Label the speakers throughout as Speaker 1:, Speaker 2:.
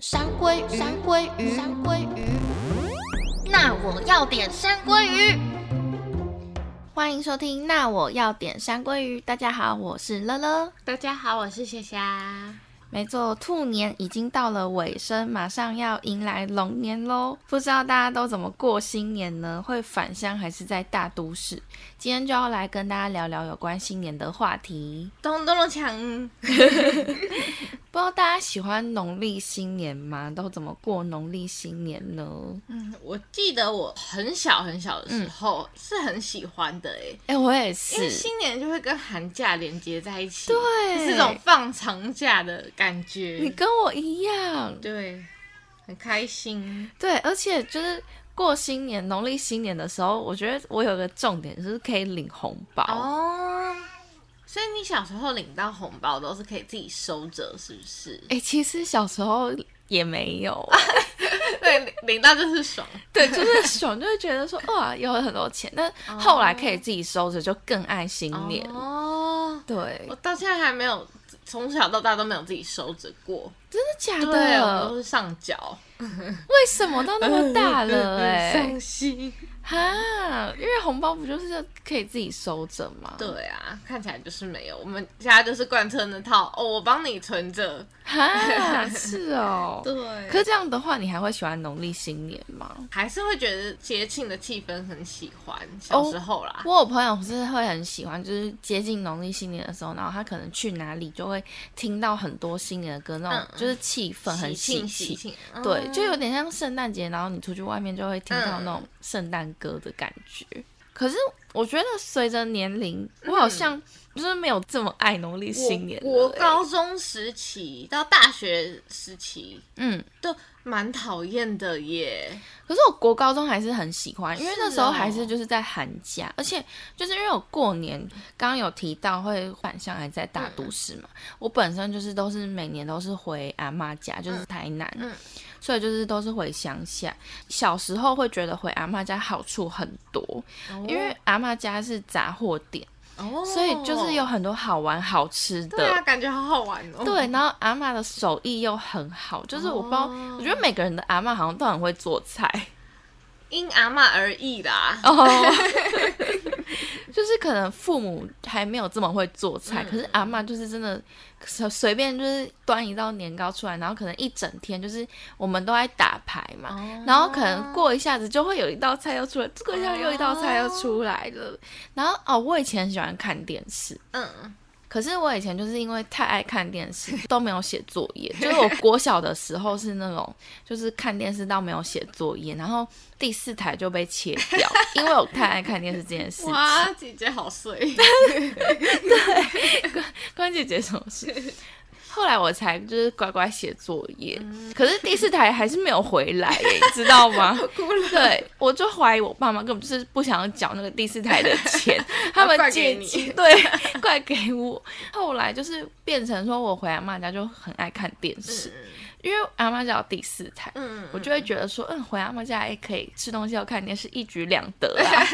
Speaker 1: 山鲑鱼，山鲑鱼，山鲑鱼。那我要点山鲑鱼。欢迎收听，那我要点山鲑鱼。大家好，我是乐乐。
Speaker 2: 大家好，我是霞霞。
Speaker 1: 没错，兔年已经到了尾声，马上要迎来龙年喽。不知道大家都怎么过新年呢？会返乡还是在大都市？今天就要来跟大家聊聊有关新年的话题。
Speaker 2: 咚咚咚锵！
Speaker 1: 不知道大家喜欢农历新年吗？都怎么过农历新年呢？
Speaker 2: 嗯，我记得我很小很小的时候、是很喜欢的诶，
Speaker 1: 哎、我也
Speaker 2: 因为
Speaker 1: 是。
Speaker 2: 新年就会跟寒假连接在一起，
Speaker 1: 对
Speaker 2: 是种放长假的感
Speaker 1: 你
Speaker 2: 觉，
Speaker 1: 跟我一样，
Speaker 2: 对，很开心。
Speaker 1: 对，而且就是过新年，农历新年的时候，我觉得我有个重点就是可以领红包。
Speaker 2: 哦，所以你小时候领到红包都是可以自己收着，是不是？
Speaker 1: 哎、其实小时候也没 有，
Speaker 2: 对，领领到就是爽。
Speaker 1: 对，就是爽，就会觉得说哇，有很多钱，但后来可以自己收着，就更爱新年。
Speaker 2: 哦，
Speaker 1: 对
Speaker 2: 我，到现在还没有，从小到大都没有自己收着过。
Speaker 1: 真的假
Speaker 2: 对，我都
Speaker 1: 的？
Speaker 2: 是上缴，
Speaker 1: 为什么都那么大
Speaker 2: 嗯
Speaker 1: 了哎、
Speaker 2: 伤心。
Speaker 1: 哈，因为红包不就是可以自己收着吗？，
Speaker 2: 对啊，看起来就是没有，我们家就是贯彻那套哦，我帮你存着。
Speaker 1: 哈，是哦。
Speaker 2: 对
Speaker 1: 可
Speaker 2: 可
Speaker 1: 这样的话，你还会喜欢农历新年吗？
Speaker 2: 还是会觉得节庆的气氛很喜欢，小时候啦。
Speaker 1: 我有朋友是会很喜欢，就是接近农历新年的时候，然后他可能去哪里就会听到很多新年的歌，那种
Speaker 2: 嗯
Speaker 1: 就是气氛很
Speaker 2: 喜
Speaker 1: 喜
Speaker 2: 庆喜
Speaker 1: 气。
Speaker 2: 庆，
Speaker 1: 对，
Speaker 2: 嗯
Speaker 1: 就有点像圣诞节，然后你出去外面就会听到
Speaker 2: 嗯
Speaker 1: 那种圣诞歌的感觉。可是我觉得随着年龄，我好像就是没有这么爱农历新年
Speaker 2: 嗯
Speaker 1: 了、
Speaker 2: 我我
Speaker 1: 欸
Speaker 2: 高中时期到大学时期
Speaker 1: 嗯，
Speaker 2: 都蛮讨厌的耶。
Speaker 1: 可是我国高中还是很喜欢，因为
Speaker 2: 是
Speaker 1: 那时候
Speaker 2: 哦
Speaker 1: 还是就是在寒假，而且就是因为我过年刚刚有提到会返乡，还在大
Speaker 2: 嗯
Speaker 1: 都市嘛，我本身就是都是每年都是回阿妈家，就是台南，
Speaker 2: 嗯
Speaker 1: 所以就是都是回乡下。小时候会觉得回阿妈家好处很多，因为阿妈家是杂货店，
Speaker 2: 哦，
Speaker 1: 所以就是有很多好玩好吃的。
Speaker 2: 对啊，感觉好好玩哦。
Speaker 1: 对，然后阿妈的手艺又很好，就是我不知道，
Speaker 2: 哦
Speaker 1: 我觉得每个人的阿妈好像都很会做菜。
Speaker 2: 因阿嬷而异啦。
Speaker 1: 哦， 就是可能父母还没有这么会做菜，可是
Speaker 2: 嗯
Speaker 1: 阿妈就是真的随随便就是端一道年糕出来，然后可能一整天就是我们都在打牌嘛，
Speaker 2: 哦
Speaker 1: 然后可能过一下子就会有一道菜又出来，这个下又一道菜又出来了。然后哦，我以前很喜欢看电视。
Speaker 2: 嗯，
Speaker 1: 可是我以前就是因为太爱看电视，都没有写作业。就是我国小的时候是那种，就是看电视到没有写作业，然后第四台就被切掉，因为我太爱看电视这件事 情。
Speaker 2: 哇，姐姐好 碎。
Speaker 1: 关姐姐什么事？后来我才就是乖乖写作业，可是第四台还是没有回来耶，你知道吗？对，我就怀疑我爸妈根本就是不想要缴那个第四台的钱， 他们
Speaker 2: 怪
Speaker 1: 借
Speaker 2: 给你
Speaker 1: 机对， 怪给我。后来就是变成说我回阿妈家就很爱看电视，因为阿妈家有第四台，
Speaker 2: 嗯，
Speaker 1: 我就会觉得说，嗯，回阿妈家也可以吃东西，又看电视，一举两得 啦。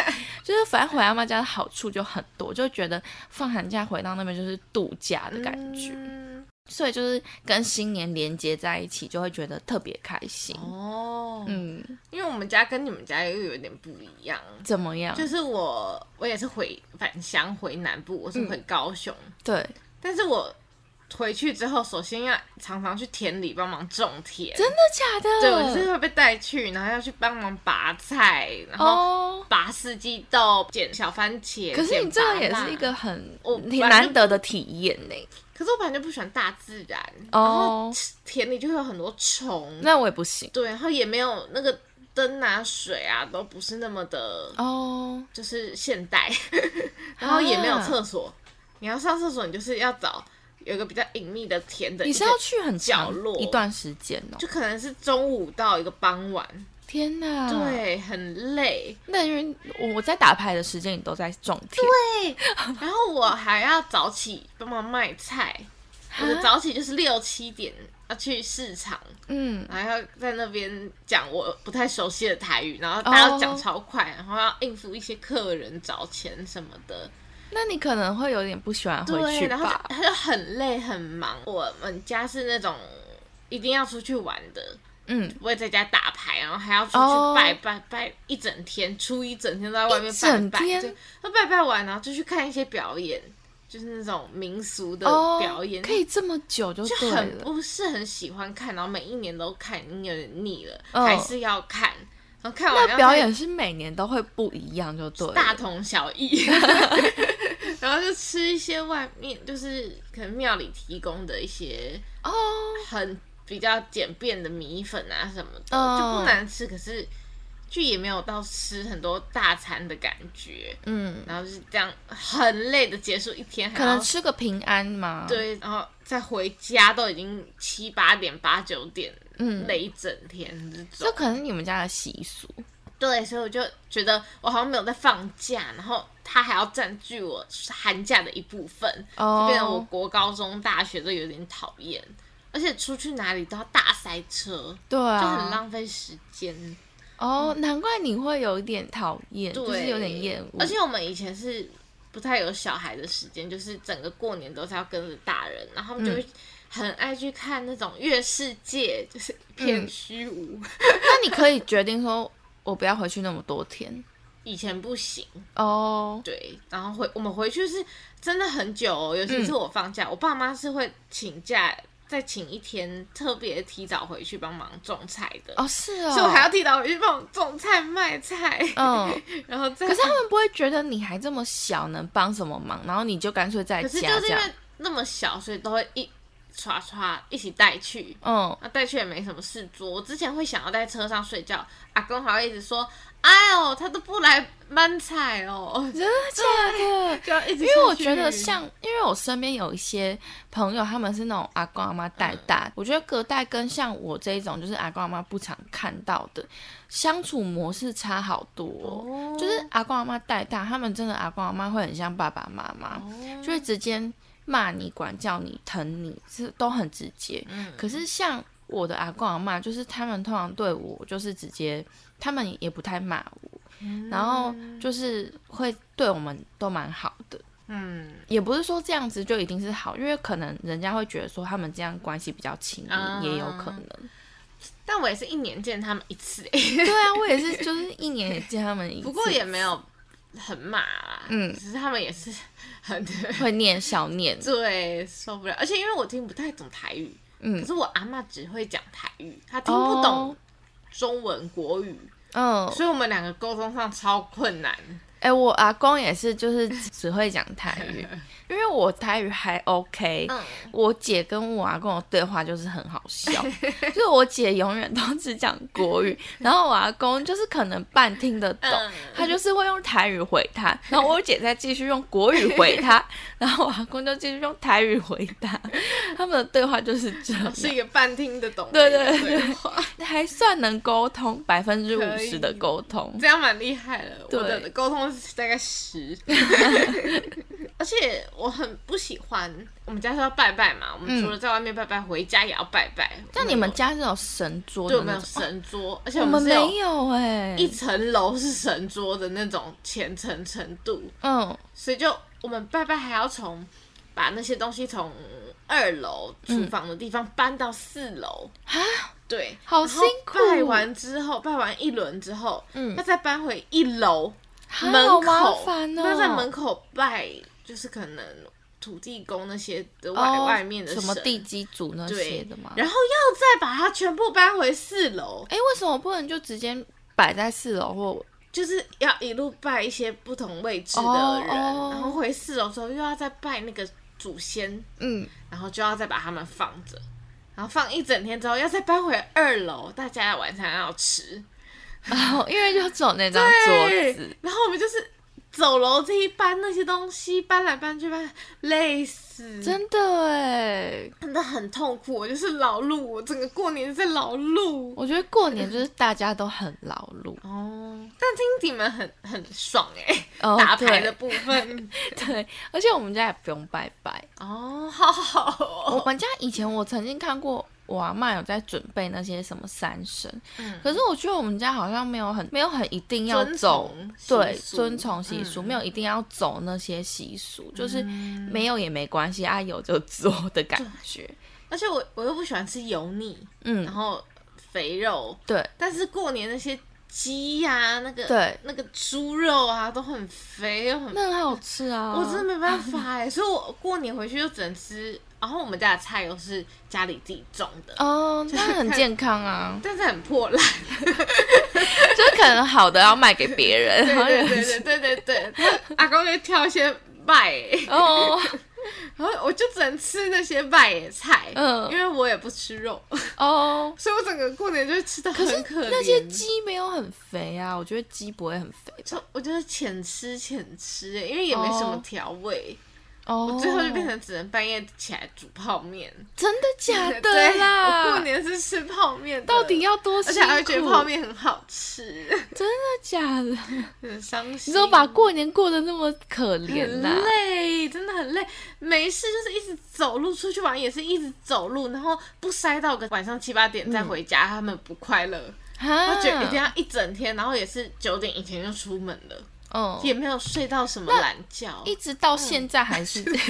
Speaker 1: 就是反正回阿妈家的好处就很多，就觉得放寒假回到那边就是度假的感觉，
Speaker 2: 嗯
Speaker 1: 所以就是跟新年连接在一起，就会觉得特别开心。
Speaker 2: 哦，
Speaker 1: 嗯，
Speaker 2: 因为我们家跟你们家又有点不一样，
Speaker 1: 怎么样？
Speaker 2: 就是我我也是回返乡回南部，我是回高雄，
Speaker 1: 对，
Speaker 2: 但是我回去之后，首先要常常去田里帮忙种田，
Speaker 1: 真的假的？
Speaker 2: 对我就是会被带去，然后要去帮忙拔菜，然后
Speaker 1: 哦。
Speaker 2: 拔四季豆、捡小番茄。
Speaker 1: 可是你
Speaker 2: 捡
Speaker 1: 这
Speaker 2: 芭
Speaker 1: 个也
Speaker 2: 乐
Speaker 1: 是一个很
Speaker 2: 我
Speaker 1: 挺
Speaker 2: 本来就
Speaker 1: 难得的体验呢、
Speaker 2: 可是我本来就不喜欢大自然，然
Speaker 1: 哦
Speaker 2: 后田里就会有很多虫，
Speaker 1: 那我也不行
Speaker 2: 对，然后也没有那个灯啊、水啊，都不是那么的，
Speaker 1: 哦。
Speaker 2: 就是现代，然后也没有
Speaker 1: 啊
Speaker 2: 厕所，你要上厕所，你就是要找有一个比较隐秘的田的一
Speaker 1: 你
Speaker 2: 个，
Speaker 1: 是要去很
Speaker 2: 角
Speaker 1: 长
Speaker 2: 落
Speaker 1: 一段时间哦、
Speaker 2: 就可能是中午到一个傍晚，
Speaker 1: 天哪！，
Speaker 2: 对，很累，
Speaker 1: 那因为我我在打牌的时间，你都在种田。
Speaker 2: 对，
Speaker 1: 嗯
Speaker 2: 然后我还要早起帮忙卖菜，我
Speaker 1: 啊
Speaker 2: 的早起就是六七点要去市场。
Speaker 1: 嗯，
Speaker 2: 然后要在那边讲我不太熟悉的台语，然后大家要讲超快然后要应付一些客人找钱什么的，
Speaker 1: 那你可能会有点不喜欢回
Speaker 2: 对，
Speaker 1: 去
Speaker 2: 然后就
Speaker 1: 吧？
Speaker 2: 他就很累很忙。我们家是那种一定要出去玩的，
Speaker 1: 嗯，
Speaker 2: 不会在家打牌，然后还要出
Speaker 1: 哦
Speaker 2: 去拜拜、拜一整天，初一整天都在外面
Speaker 1: 一
Speaker 2: 拜
Speaker 1: 整
Speaker 2: 拜，
Speaker 1: 天
Speaker 2: 对，那拜拜完然后就去看一些表演，就是那种民俗的
Speaker 1: 哦，
Speaker 2: 表演，
Speaker 1: 可以这么久就
Speaker 2: 就
Speaker 1: 对啊
Speaker 2: 很
Speaker 1: 了，
Speaker 2: 不是很喜欢看，然后每一年都看，已经有点腻了，
Speaker 1: 嗯
Speaker 2: 还是要看，然后看完
Speaker 1: 那
Speaker 2: 要
Speaker 1: 表
Speaker 2: 再
Speaker 1: 演是每年都会不一样就对了，
Speaker 2: 大同小异， 然后就吃一些外面就是可能庙里提供的一些
Speaker 1: 哦，
Speaker 2: 很比较简便的米粉啊什么的，
Speaker 1: 嗯
Speaker 2: 就不难吃，可是就也没有到吃很多大餐的感觉，
Speaker 1: 嗯，
Speaker 2: 然后就是这样很累的结束一天，
Speaker 1: 可
Speaker 2: 还要
Speaker 1: 能吃个平安嘛，，
Speaker 2: 对，然后再回家都已经七八点八九点，
Speaker 1: 嗯
Speaker 2: 累一整天这
Speaker 1: 这
Speaker 2: 种。
Speaker 1: 可能是你们家的习俗，
Speaker 2: 对，所以我就觉得我好像没有在放假，然后它还要占据我寒假的一部分，就
Speaker 1: 哦，
Speaker 2: 变成我国高中、大学都有点讨厌，而且出去哪里都要大塞车，
Speaker 1: 对
Speaker 2: 就
Speaker 1: 啊，
Speaker 2: 很浪费时间。
Speaker 1: 哦，难怪你会有一点讨厌，
Speaker 2: 对，
Speaker 1: 就是有点厌恶，
Speaker 2: 而且我们以前是不太有小孩的时间，就是整个过年都是要跟着大人，然后他们就会很爱去看那种月世界，就是偏虚无。
Speaker 1: 那你可以决定说，我不要回去那么多天
Speaker 2: 以前不行，
Speaker 1: 哦，
Speaker 2: 对，然后回我们回去是真的很久、哦，尤其是我放假，我爸妈是会请假再请一天，特别提早回去帮忙种菜的，
Speaker 1: 哦是哦，
Speaker 2: 所以我还要提早回去帮我种菜卖菜，
Speaker 1: 嗯，
Speaker 2: 然后再
Speaker 1: 可是他们不会觉得你还这么小，能帮什么忙？然后你就干脆在
Speaker 2: 可是就
Speaker 1: 家这
Speaker 2: 是因
Speaker 1: 样
Speaker 2: 为，那么小，所以都会一刷刷一起带去。
Speaker 1: 嗯，
Speaker 2: 那带去也没什么事做。我之前会想要在车上睡觉，阿公还会一直说：“哎呦，他都不来搬菜哦。
Speaker 1: 真的假的”？
Speaker 2: 就要一直
Speaker 1: 啊因为我
Speaker 2: 下去
Speaker 1: 觉得像，因为我身边有一些朋友，他们是那种阿公阿妈带大，
Speaker 2: 嗯
Speaker 1: 我觉得隔代跟像我这一种就是阿公阿妈不常看到的相处模式差好多哦、
Speaker 2: 哦
Speaker 1: 就是阿公阿妈带大，他们真的阿公阿妈会很像爸爸妈妈，
Speaker 2: 哦
Speaker 1: 就会直接骂你、管教你、疼你，是都很直接。
Speaker 2: 嗯
Speaker 1: 可是像我的阿公阿妈，就是他们通常对我就是直接，他们也不太骂我，
Speaker 2: 嗯
Speaker 1: 然后就是会对我们都蛮好的。
Speaker 2: 嗯
Speaker 1: 也不是说这样子就一定是好，因为可能人家会觉得说他们这样关系比较亲密，
Speaker 2: 啊
Speaker 1: 也有 可能。
Speaker 2: 但我也是一年见他们一 次、欸，
Speaker 1: 对啊，我也是，就是一年也见他们一次，
Speaker 2: 不过也没有很骂啦，
Speaker 1: 嗯
Speaker 2: 只是他们也是很
Speaker 1: 会念小念，
Speaker 2: 对受不了，而且因为我听不太懂台语，可
Speaker 1: 嗯
Speaker 2: 是我阿妈只会讲台语，她听不懂
Speaker 1: 哦
Speaker 2: 中文国语，
Speaker 1: 嗯，
Speaker 2: 所以我们两个沟通上超困难。
Speaker 1: 哎、我阿公也是，就是只会讲台语，因为我台语还 OK，、
Speaker 2: 嗯，
Speaker 1: 我姐跟我阿公的对话就是很好笑，就是我姐永远都只讲国语，然后我阿公就是可能半听得懂，
Speaker 2: 嗯
Speaker 1: 他就是会用台语回他，然后我姐再继续用国语回他，然后我阿公就继续用台语回他，他们的对话就是这样，
Speaker 2: 是一个半听得懂
Speaker 1: 对
Speaker 2: 的
Speaker 1: 对
Speaker 2: 一个对话，
Speaker 1: 还算能沟通，百分之五十的沟通，
Speaker 2: 这样蛮厉害了。
Speaker 1: 对
Speaker 2: 我的沟通是大概十， 而且我很不喜欢我们家说要拜拜嘛，我们
Speaker 1: 嗯
Speaker 2: 除了在外面拜拜，回家也要拜拜。
Speaker 1: 那你们家是有神桌
Speaker 2: 对
Speaker 1: 的
Speaker 2: 我们有
Speaker 1: 那种？哦
Speaker 2: 神桌，而且
Speaker 1: 我
Speaker 2: 们
Speaker 1: 们
Speaker 2: 是
Speaker 1: 没有哎、
Speaker 2: 一层楼是神桌的那种虔诚程度，
Speaker 1: 嗯
Speaker 2: 所以就我们拜拜还要从把那些东西从二楼厨房的地方搬到四楼。
Speaker 1: 啊，
Speaker 2: 对，
Speaker 1: 好
Speaker 2: 然后
Speaker 1: 辛苦
Speaker 2: 拜完之后，拜完一轮之后，
Speaker 1: 嗯
Speaker 2: 要再搬回一楼
Speaker 1: 啊
Speaker 2: 门
Speaker 1: 好
Speaker 2: 口，
Speaker 1: 麻烦哦。
Speaker 2: 那在门口拜，就是可能土地公那些的外、
Speaker 1: 哦
Speaker 2: 外面的
Speaker 1: 什么
Speaker 2: 神
Speaker 1: 地基组那些
Speaker 2: 对
Speaker 1: 的吗？
Speaker 2: 然后要再把它全部搬回四楼，
Speaker 1: 哎，为什么不能就直接摆在四楼或
Speaker 2: 就是要一路拜一些不同位置的
Speaker 1: 哦
Speaker 2: 人，
Speaker 1: 哦
Speaker 2: 然后回四楼之后又要再拜那个祖先，
Speaker 1: 嗯？
Speaker 2: 然后就要再把它们放着，然后放一整天之后要再搬回二楼，大家晚上要吃。
Speaker 1: 然后 因为就只有那张桌子
Speaker 2: 对，然后我们就是走楼梯搬那些东西，搬来搬去搬，累死，
Speaker 1: 真的哎，
Speaker 2: 真的很痛苦。我就是劳碌，我整个过年在劳碌。。
Speaker 1: 我觉得过年就是大家都很劳碌
Speaker 2: 哦，但听你们很很爽哎、
Speaker 1: 哦
Speaker 2: 打
Speaker 1: 对
Speaker 2: 牌的部分
Speaker 1: 对，而且我们家也不用拜拜。
Speaker 2: 哦，好好
Speaker 1: 我
Speaker 2: 哦，
Speaker 1: 们家以前我曾经看过。我阿妈有在准备那些什么三生，
Speaker 2: 嗯
Speaker 1: 可是我觉得我们家好像没有很没有很一定要
Speaker 2: 遵
Speaker 1: 走
Speaker 2: 从，习
Speaker 1: 对，
Speaker 2: 俗嗯
Speaker 1: 遵从习俗，没有一定要走那些习俗，就是没有也没关系啊，有就做的感觉。
Speaker 2: 而且我我又不喜欢吃油腻，然
Speaker 1: 嗯，
Speaker 2: 后肥肉，
Speaker 1: 对
Speaker 2: 但是过年那些鸡呀、那个
Speaker 1: 对，
Speaker 2: 那个猪肉啊都很肥又很，
Speaker 1: 那很好吃啊。
Speaker 2: 我真的没办法哎，所以我过年回去就只能吃，然后我们家的菜又是家里自己种的，
Speaker 1: 哦，那很健 康啊，
Speaker 2: 但是很破 烂，
Speaker 1: 就是可能好的要卖给别人，然后有
Speaker 2: 对对
Speaker 1: 人
Speaker 2: 对对对对，对 阿公就挑一些败欸、
Speaker 1: 哦
Speaker 2: 然后我就只能吃那些败野菜，
Speaker 1: 嗯
Speaker 2: 因为我也不吃肉，
Speaker 1: 哦，
Speaker 2: 所以我整个过年就吃的很可怜。
Speaker 1: 那些鸡没有很肥啊，我觉得鸡不会很肥吧。
Speaker 2: 就我就是浅吃浅吃欸，因为也没什么
Speaker 1: 哦
Speaker 2: 调味，
Speaker 1: 哦，
Speaker 2: 最后就变成只能半夜起来煮泡面。
Speaker 1: 真的假 的
Speaker 2: 对
Speaker 1: 啦？
Speaker 2: 我过年是吃泡面的，
Speaker 1: 到底要多
Speaker 2: 而
Speaker 1: 辛
Speaker 2: 且
Speaker 1: 苦？
Speaker 2: 还会觉得泡面很好吃，
Speaker 1: 真的假的？
Speaker 2: 很伤心。
Speaker 1: 你说把过年过得那么可怜
Speaker 2: 很
Speaker 1: 呐、
Speaker 2: 累，真的很累。没事，就是一直走路出去玩，也是一直走路，然后不塞到个晚上七八点再回家，他们不快乐。他
Speaker 1: 啊，
Speaker 2: 觉得一定要一整天，然后也是九点以前就出门了，
Speaker 1: 嗯，
Speaker 2: 也没有睡到什么懒觉，
Speaker 1: 一直到现在还是这样。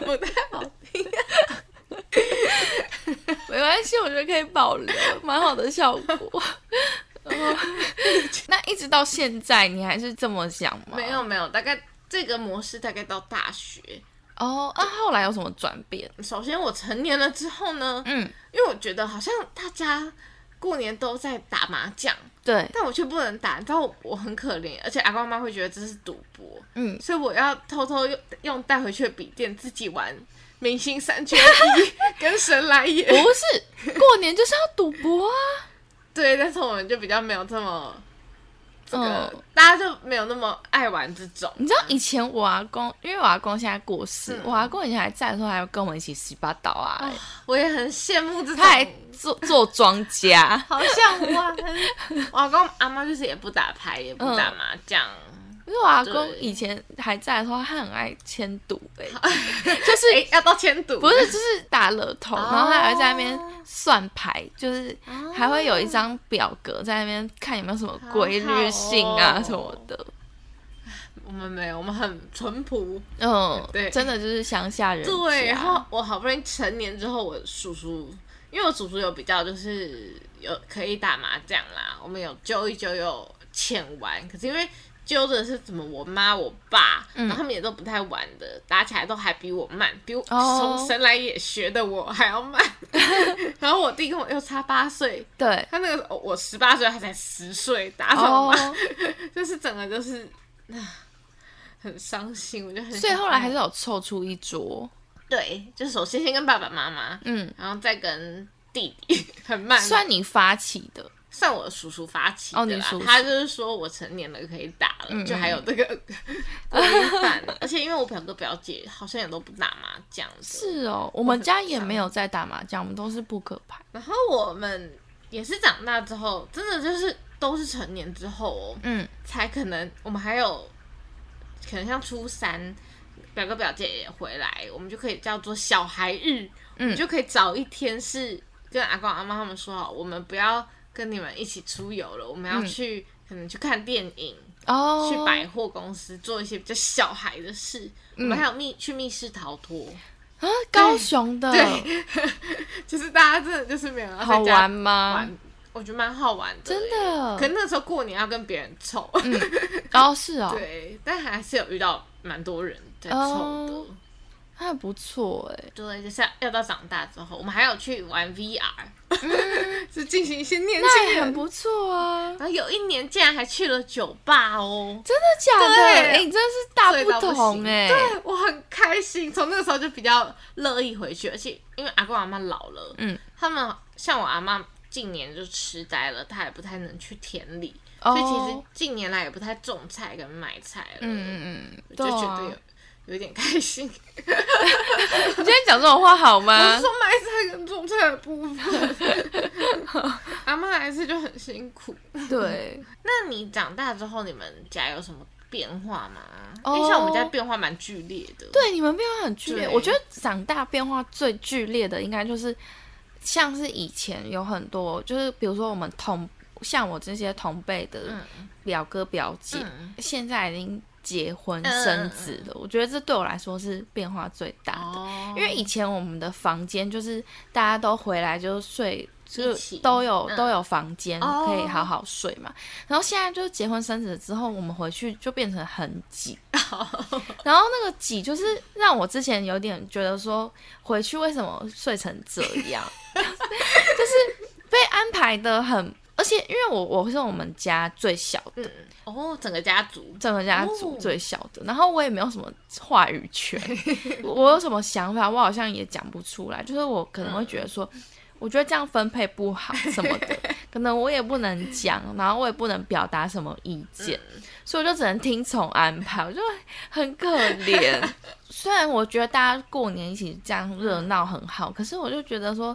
Speaker 2: 不太 好。
Speaker 1: 没关系，我觉得可以保留，蛮好的 效果。然后那一直到现在，你还是这么想吗？
Speaker 2: 没有没有，大概这个模式大概到大学。
Speaker 1: 哦，那、后来有什么转变？
Speaker 2: 首先我成年了之后呢，
Speaker 1: 嗯，
Speaker 2: 因为我觉得好像大家过年都在打麻将，
Speaker 1: 对，
Speaker 2: 但我却不能打，你知道我我很可怜，而且阿公阿妈会觉得这是赌博，
Speaker 1: 嗯，
Speaker 2: 所以我要偷偷用用带回去的笔电自己玩。明星三缺一跟神来也
Speaker 1: 不是过年就是要赌博啊。
Speaker 2: 对，但是我们就比较没有这么这个，
Speaker 1: 嗯
Speaker 2: 大家就没有那么爱玩这种。
Speaker 1: 你知道以前我阿公，因为我阿公现在过世，
Speaker 2: 嗯
Speaker 1: 我阿公以前还在的时候，还要跟我们一起洗把刀啊，
Speaker 2: 啊我也很羡慕这种，，
Speaker 1: 他还做 做庄家
Speaker 2: 好像我啊很，我跟阿妈就是也不打牌，也不
Speaker 1: 嗯
Speaker 2: 打麻将，
Speaker 1: 因为我阿公
Speaker 2: 对
Speaker 1: 以前还在的时候，他很爱牵赌 哎，就是
Speaker 2: 哎、要到千赌
Speaker 1: 不是，就是打了头，
Speaker 2: 哦
Speaker 1: 然后他还会在那边算牌，就是还会有一张表格在那边看有没有什么规律性
Speaker 2: 好好
Speaker 1: 啊
Speaker 2: 哦
Speaker 1: 什么的。
Speaker 2: 我们没有，我们很淳朴。
Speaker 1: 嗯，
Speaker 2: 哦对
Speaker 1: 真的就是啊乡下人家。
Speaker 2: 对，然后我好不容易成年之后，我叔叔，因为我叔叔有比较就是有可以打麻将啦，我们有揪一揪，有浅玩，可是因为揪的是什么我妈我爸，然后他们也都不太玩的，打起来都还比我慢，比我
Speaker 1: 嗯哦
Speaker 2: 从神来也学的我还要 慢。然后我弟跟我又差八岁，
Speaker 1: 对，
Speaker 2: 他那个哦我十八岁，他才十岁，打什么？
Speaker 1: 哦，
Speaker 2: 就是整个就是。啊很伤心，我就很想。
Speaker 1: 所以后来还是有凑出一桌。
Speaker 2: 对，就首先先跟爸爸妈妈，
Speaker 1: 嗯，
Speaker 2: 然后再跟弟弟，很慢，
Speaker 1: 算你发起的，
Speaker 2: 算我叔叔发起
Speaker 1: 哦
Speaker 2: 的
Speaker 1: 你
Speaker 2: 啦。
Speaker 1: 叔叔
Speaker 2: 他就是说我成年了可以打了，
Speaker 1: 嗯
Speaker 2: 就还有这个 规范，而且因为我表哥表姐好像也都不打麻将的，。
Speaker 1: 是哦，我们家也没有在打麻将，我们都是扑克牌。
Speaker 2: 然后我们也是长大之后，真的就是都是成年之后哦，
Speaker 1: 嗯，
Speaker 2: 才可能我们还有可能像初三。表哥表姐也回来，我们就可以叫做小孩日，
Speaker 1: 嗯
Speaker 2: 你就可以找一天是跟阿公阿妈他们说好，我们不要跟你们一起出游了，我们要
Speaker 1: 嗯
Speaker 2: 去、可能去看电影，
Speaker 1: 哦，
Speaker 2: 去百货公司做一些比较小孩的事，我
Speaker 1: 嗯
Speaker 2: 们还有密去密室逃脱，
Speaker 1: 啊，高雄 的，
Speaker 2: 对，就是大家真的就是没有要在家
Speaker 1: 嗯好 玩吗？
Speaker 2: 玩，我觉得蛮好玩的，欸
Speaker 1: 真。的嗯
Speaker 2: 可，那时候过年要跟别人凑，
Speaker 1: 哦，是哦，
Speaker 2: 对，但还是有遇到蛮多人在凑的。
Speaker 1: 哦还不错哎。
Speaker 2: 对，就是要要到长大之后，我们还有去玩 VR，、是
Speaker 1: 嗯
Speaker 2: 进行一些年
Speaker 1: 那
Speaker 2: 轻
Speaker 1: 也很
Speaker 2: 人。
Speaker 1: 不错啊，
Speaker 2: 然后有一年竟然还去了酒吧哦，
Speaker 1: 真的假的？
Speaker 2: 对
Speaker 1: 哎、你真的是大
Speaker 2: 醉到不
Speaker 1: 同
Speaker 2: 行
Speaker 1: 哎、
Speaker 2: 对我很开心，从那个时候就比较乐意回去，而且因为阿公阿妈老了，
Speaker 1: 嗯，
Speaker 2: 他们像我阿妈近年就痴呆了，她也不太能去田里，
Speaker 1: 哦
Speaker 2: 所以其实近年来也不太种菜跟买菜了，
Speaker 1: 嗯嗯嗯，
Speaker 2: 就
Speaker 1: 对
Speaker 2: 觉
Speaker 1: 啊
Speaker 2: 得有、，有点开心。
Speaker 1: 你今天讲这种话好
Speaker 2: 我
Speaker 1: 吗
Speaker 2: 是？说买菜跟种菜的部分，阿妈来次就很辛苦。
Speaker 1: 对，
Speaker 2: 那你长大之后，你们家有什么变化吗？
Speaker 1: 哦
Speaker 2: 因为像我们家变化蛮剧烈的。
Speaker 1: 对，你们变化很剧烈。
Speaker 2: 对
Speaker 1: 我觉得长大变化最剧烈的，应该就是像是以前有很多，就是比如说我们同像我这些同辈的
Speaker 2: 嗯
Speaker 1: 表哥表姐，
Speaker 2: 嗯
Speaker 1: 现在已经结婚
Speaker 2: 嗯
Speaker 1: 生子了。我觉得这对我来说是变化最大的，
Speaker 2: 哦
Speaker 1: 因为以前我们的房间就是大家都回来就睡，就
Speaker 2: 一起
Speaker 1: 都有、
Speaker 2: 嗯
Speaker 1: 都有房间
Speaker 2: 哦
Speaker 1: 可以好好睡嘛。然后现在就结婚生子之后，我们回去就变成很挤，
Speaker 2: 哦
Speaker 1: 然后那个挤就是让我之前有点觉得说回去为什么睡成这样， 就是被安排的很。而且，因为我我是我们家最小的，
Speaker 2: 嗯，哦，整个家 族
Speaker 1: 整个家族
Speaker 2: 哦
Speaker 1: 最小的，然后我也没有什么话语权，我有什么想法，我好像也讲不出来，就是我可能会觉得说，我觉得这样分配不好什么的，可能我也不能讲，然后我也不能表达什么意见，所以我就只能听从安排，我就很可怜。虽然我觉得大家过年一起这样热闹很好，可是我就觉得说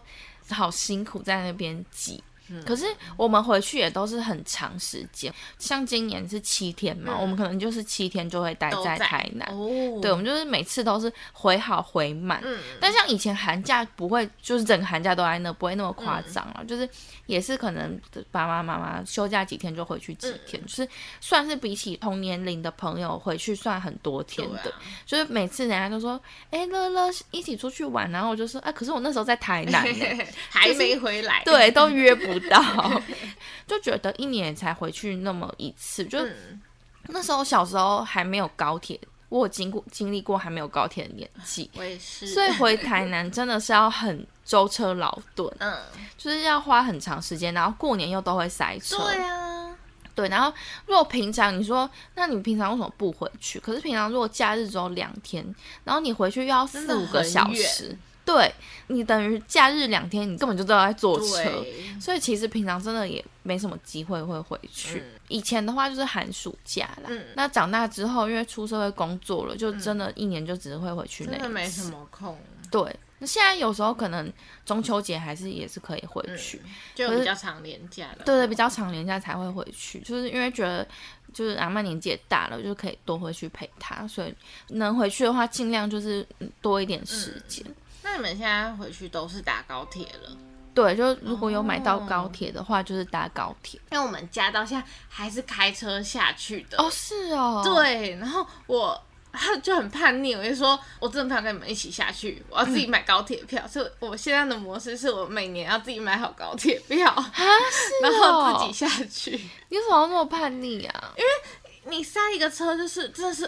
Speaker 1: 好辛苦在那边挤。
Speaker 2: 嗯
Speaker 1: 可是我们回去也都是很长时间，像今年是七天嘛，
Speaker 2: 嗯
Speaker 1: 我们可能就是七天就会待
Speaker 2: 都
Speaker 1: 在
Speaker 2: 在
Speaker 1: 台南。
Speaker 2: 哦，
Speaker 1: 对，我们就是每次都是回好回满。
Speaker 2: 嗯，
Speaker 1: 但像以前寒假不会，就是整个寒假都在那，不会那么
Speaker 2: 嗯
Speaker 1: 夸张了。就是也是可能爸爸妈妈休假几天就回去
Speaker 2: 嗯
Speaker 1: 几天，就是算是比起同年龄的朋友回去算很多天
Speaker 2: 对啊
Speaker 1: 的。就是每次人家都说，哎、乐乐一起出去玩，然后我就说，啊，可是我那时候在台南呢、
Speaker 2: 还没回来，
Speaker 1: 对，都约不到， 就觉得一年才回去那么一次，就
Speaker 2: 嗯，
Speaker 1: 那时候小时候还没有高铁，我有经过经历过还没有高铁的年纪，
Speaker 2: 我也是，
Speaker 1: 所以回台南真的是要很舟车劳顿，
Speaker 2: 嗯，
Speaker 1: 就是要花很长时间，然后过年又都会塞 车。
Speaker 2: 对啊，
Speaker 1: 对然后如果平常你说，那你平常为什么不回去？可是平常如果假日只有两天，然后你回去又要
Speaker 2: 真
Speaker 1: 四
Speaker 2: 的
Speaker 1: 五个
Speaker 2: 很
Speaker 1: 小
Speaker 2: 远
Speaker 1: 时，对你等于假日两天，你根本就都在坐车。
Speaker 2: 对，
Speaker 1: 所以其实平常真的也没什么机会会回去。
Speaker 2: 嗯
Speaker 1: 以前的话就是寒暑假啦，
Speaker 2: 嗯
Speaker 1: 那长大之后因为出社会工作了，就真的一年就只会回去那
Speaker 2: 真
Speaker 1: 一次。
Speaker 2: 的没什么空，
Speaker 1: 对，那现在有时候可能中秋节还是也是可以回
Speaker 2: 嗯
Speaker 1: 去，
Speaker 2: 就
Speaker 1: 可是
Speaker 2: 比较长年假了，
Speaker 1: 对对，比较长年假才会回去，就是因为觉得。就是阿曼年纪也大了，就可以多回去陪她，所以能回去的话，尽量就是嗯多一点时间。
Speaker 2: 那你们现在回去都是打高铁了？
Speaker 1: 对，就如果有买到
Speaker 2: 哦
Speaker 1: 高铁的话，就是搭高铁。
Speaker 2: 因为我们家到现在还是开车下去的。
Speaker 1: 哦，是哦，，
Speaker 2: 对，然后我 他就很叛逆，我就说我真的不想跟你们一起下去，我要自己买高铁 票。所以我现在的模式是我每年要自己买好高铁票，
Speaker 1: 啊，是、哦，
Speaker 2: 然后自己下去。
Speaker 1: 你怎么那么叛逆啊？因为
Speaker 2: 你塞一个车就是真的是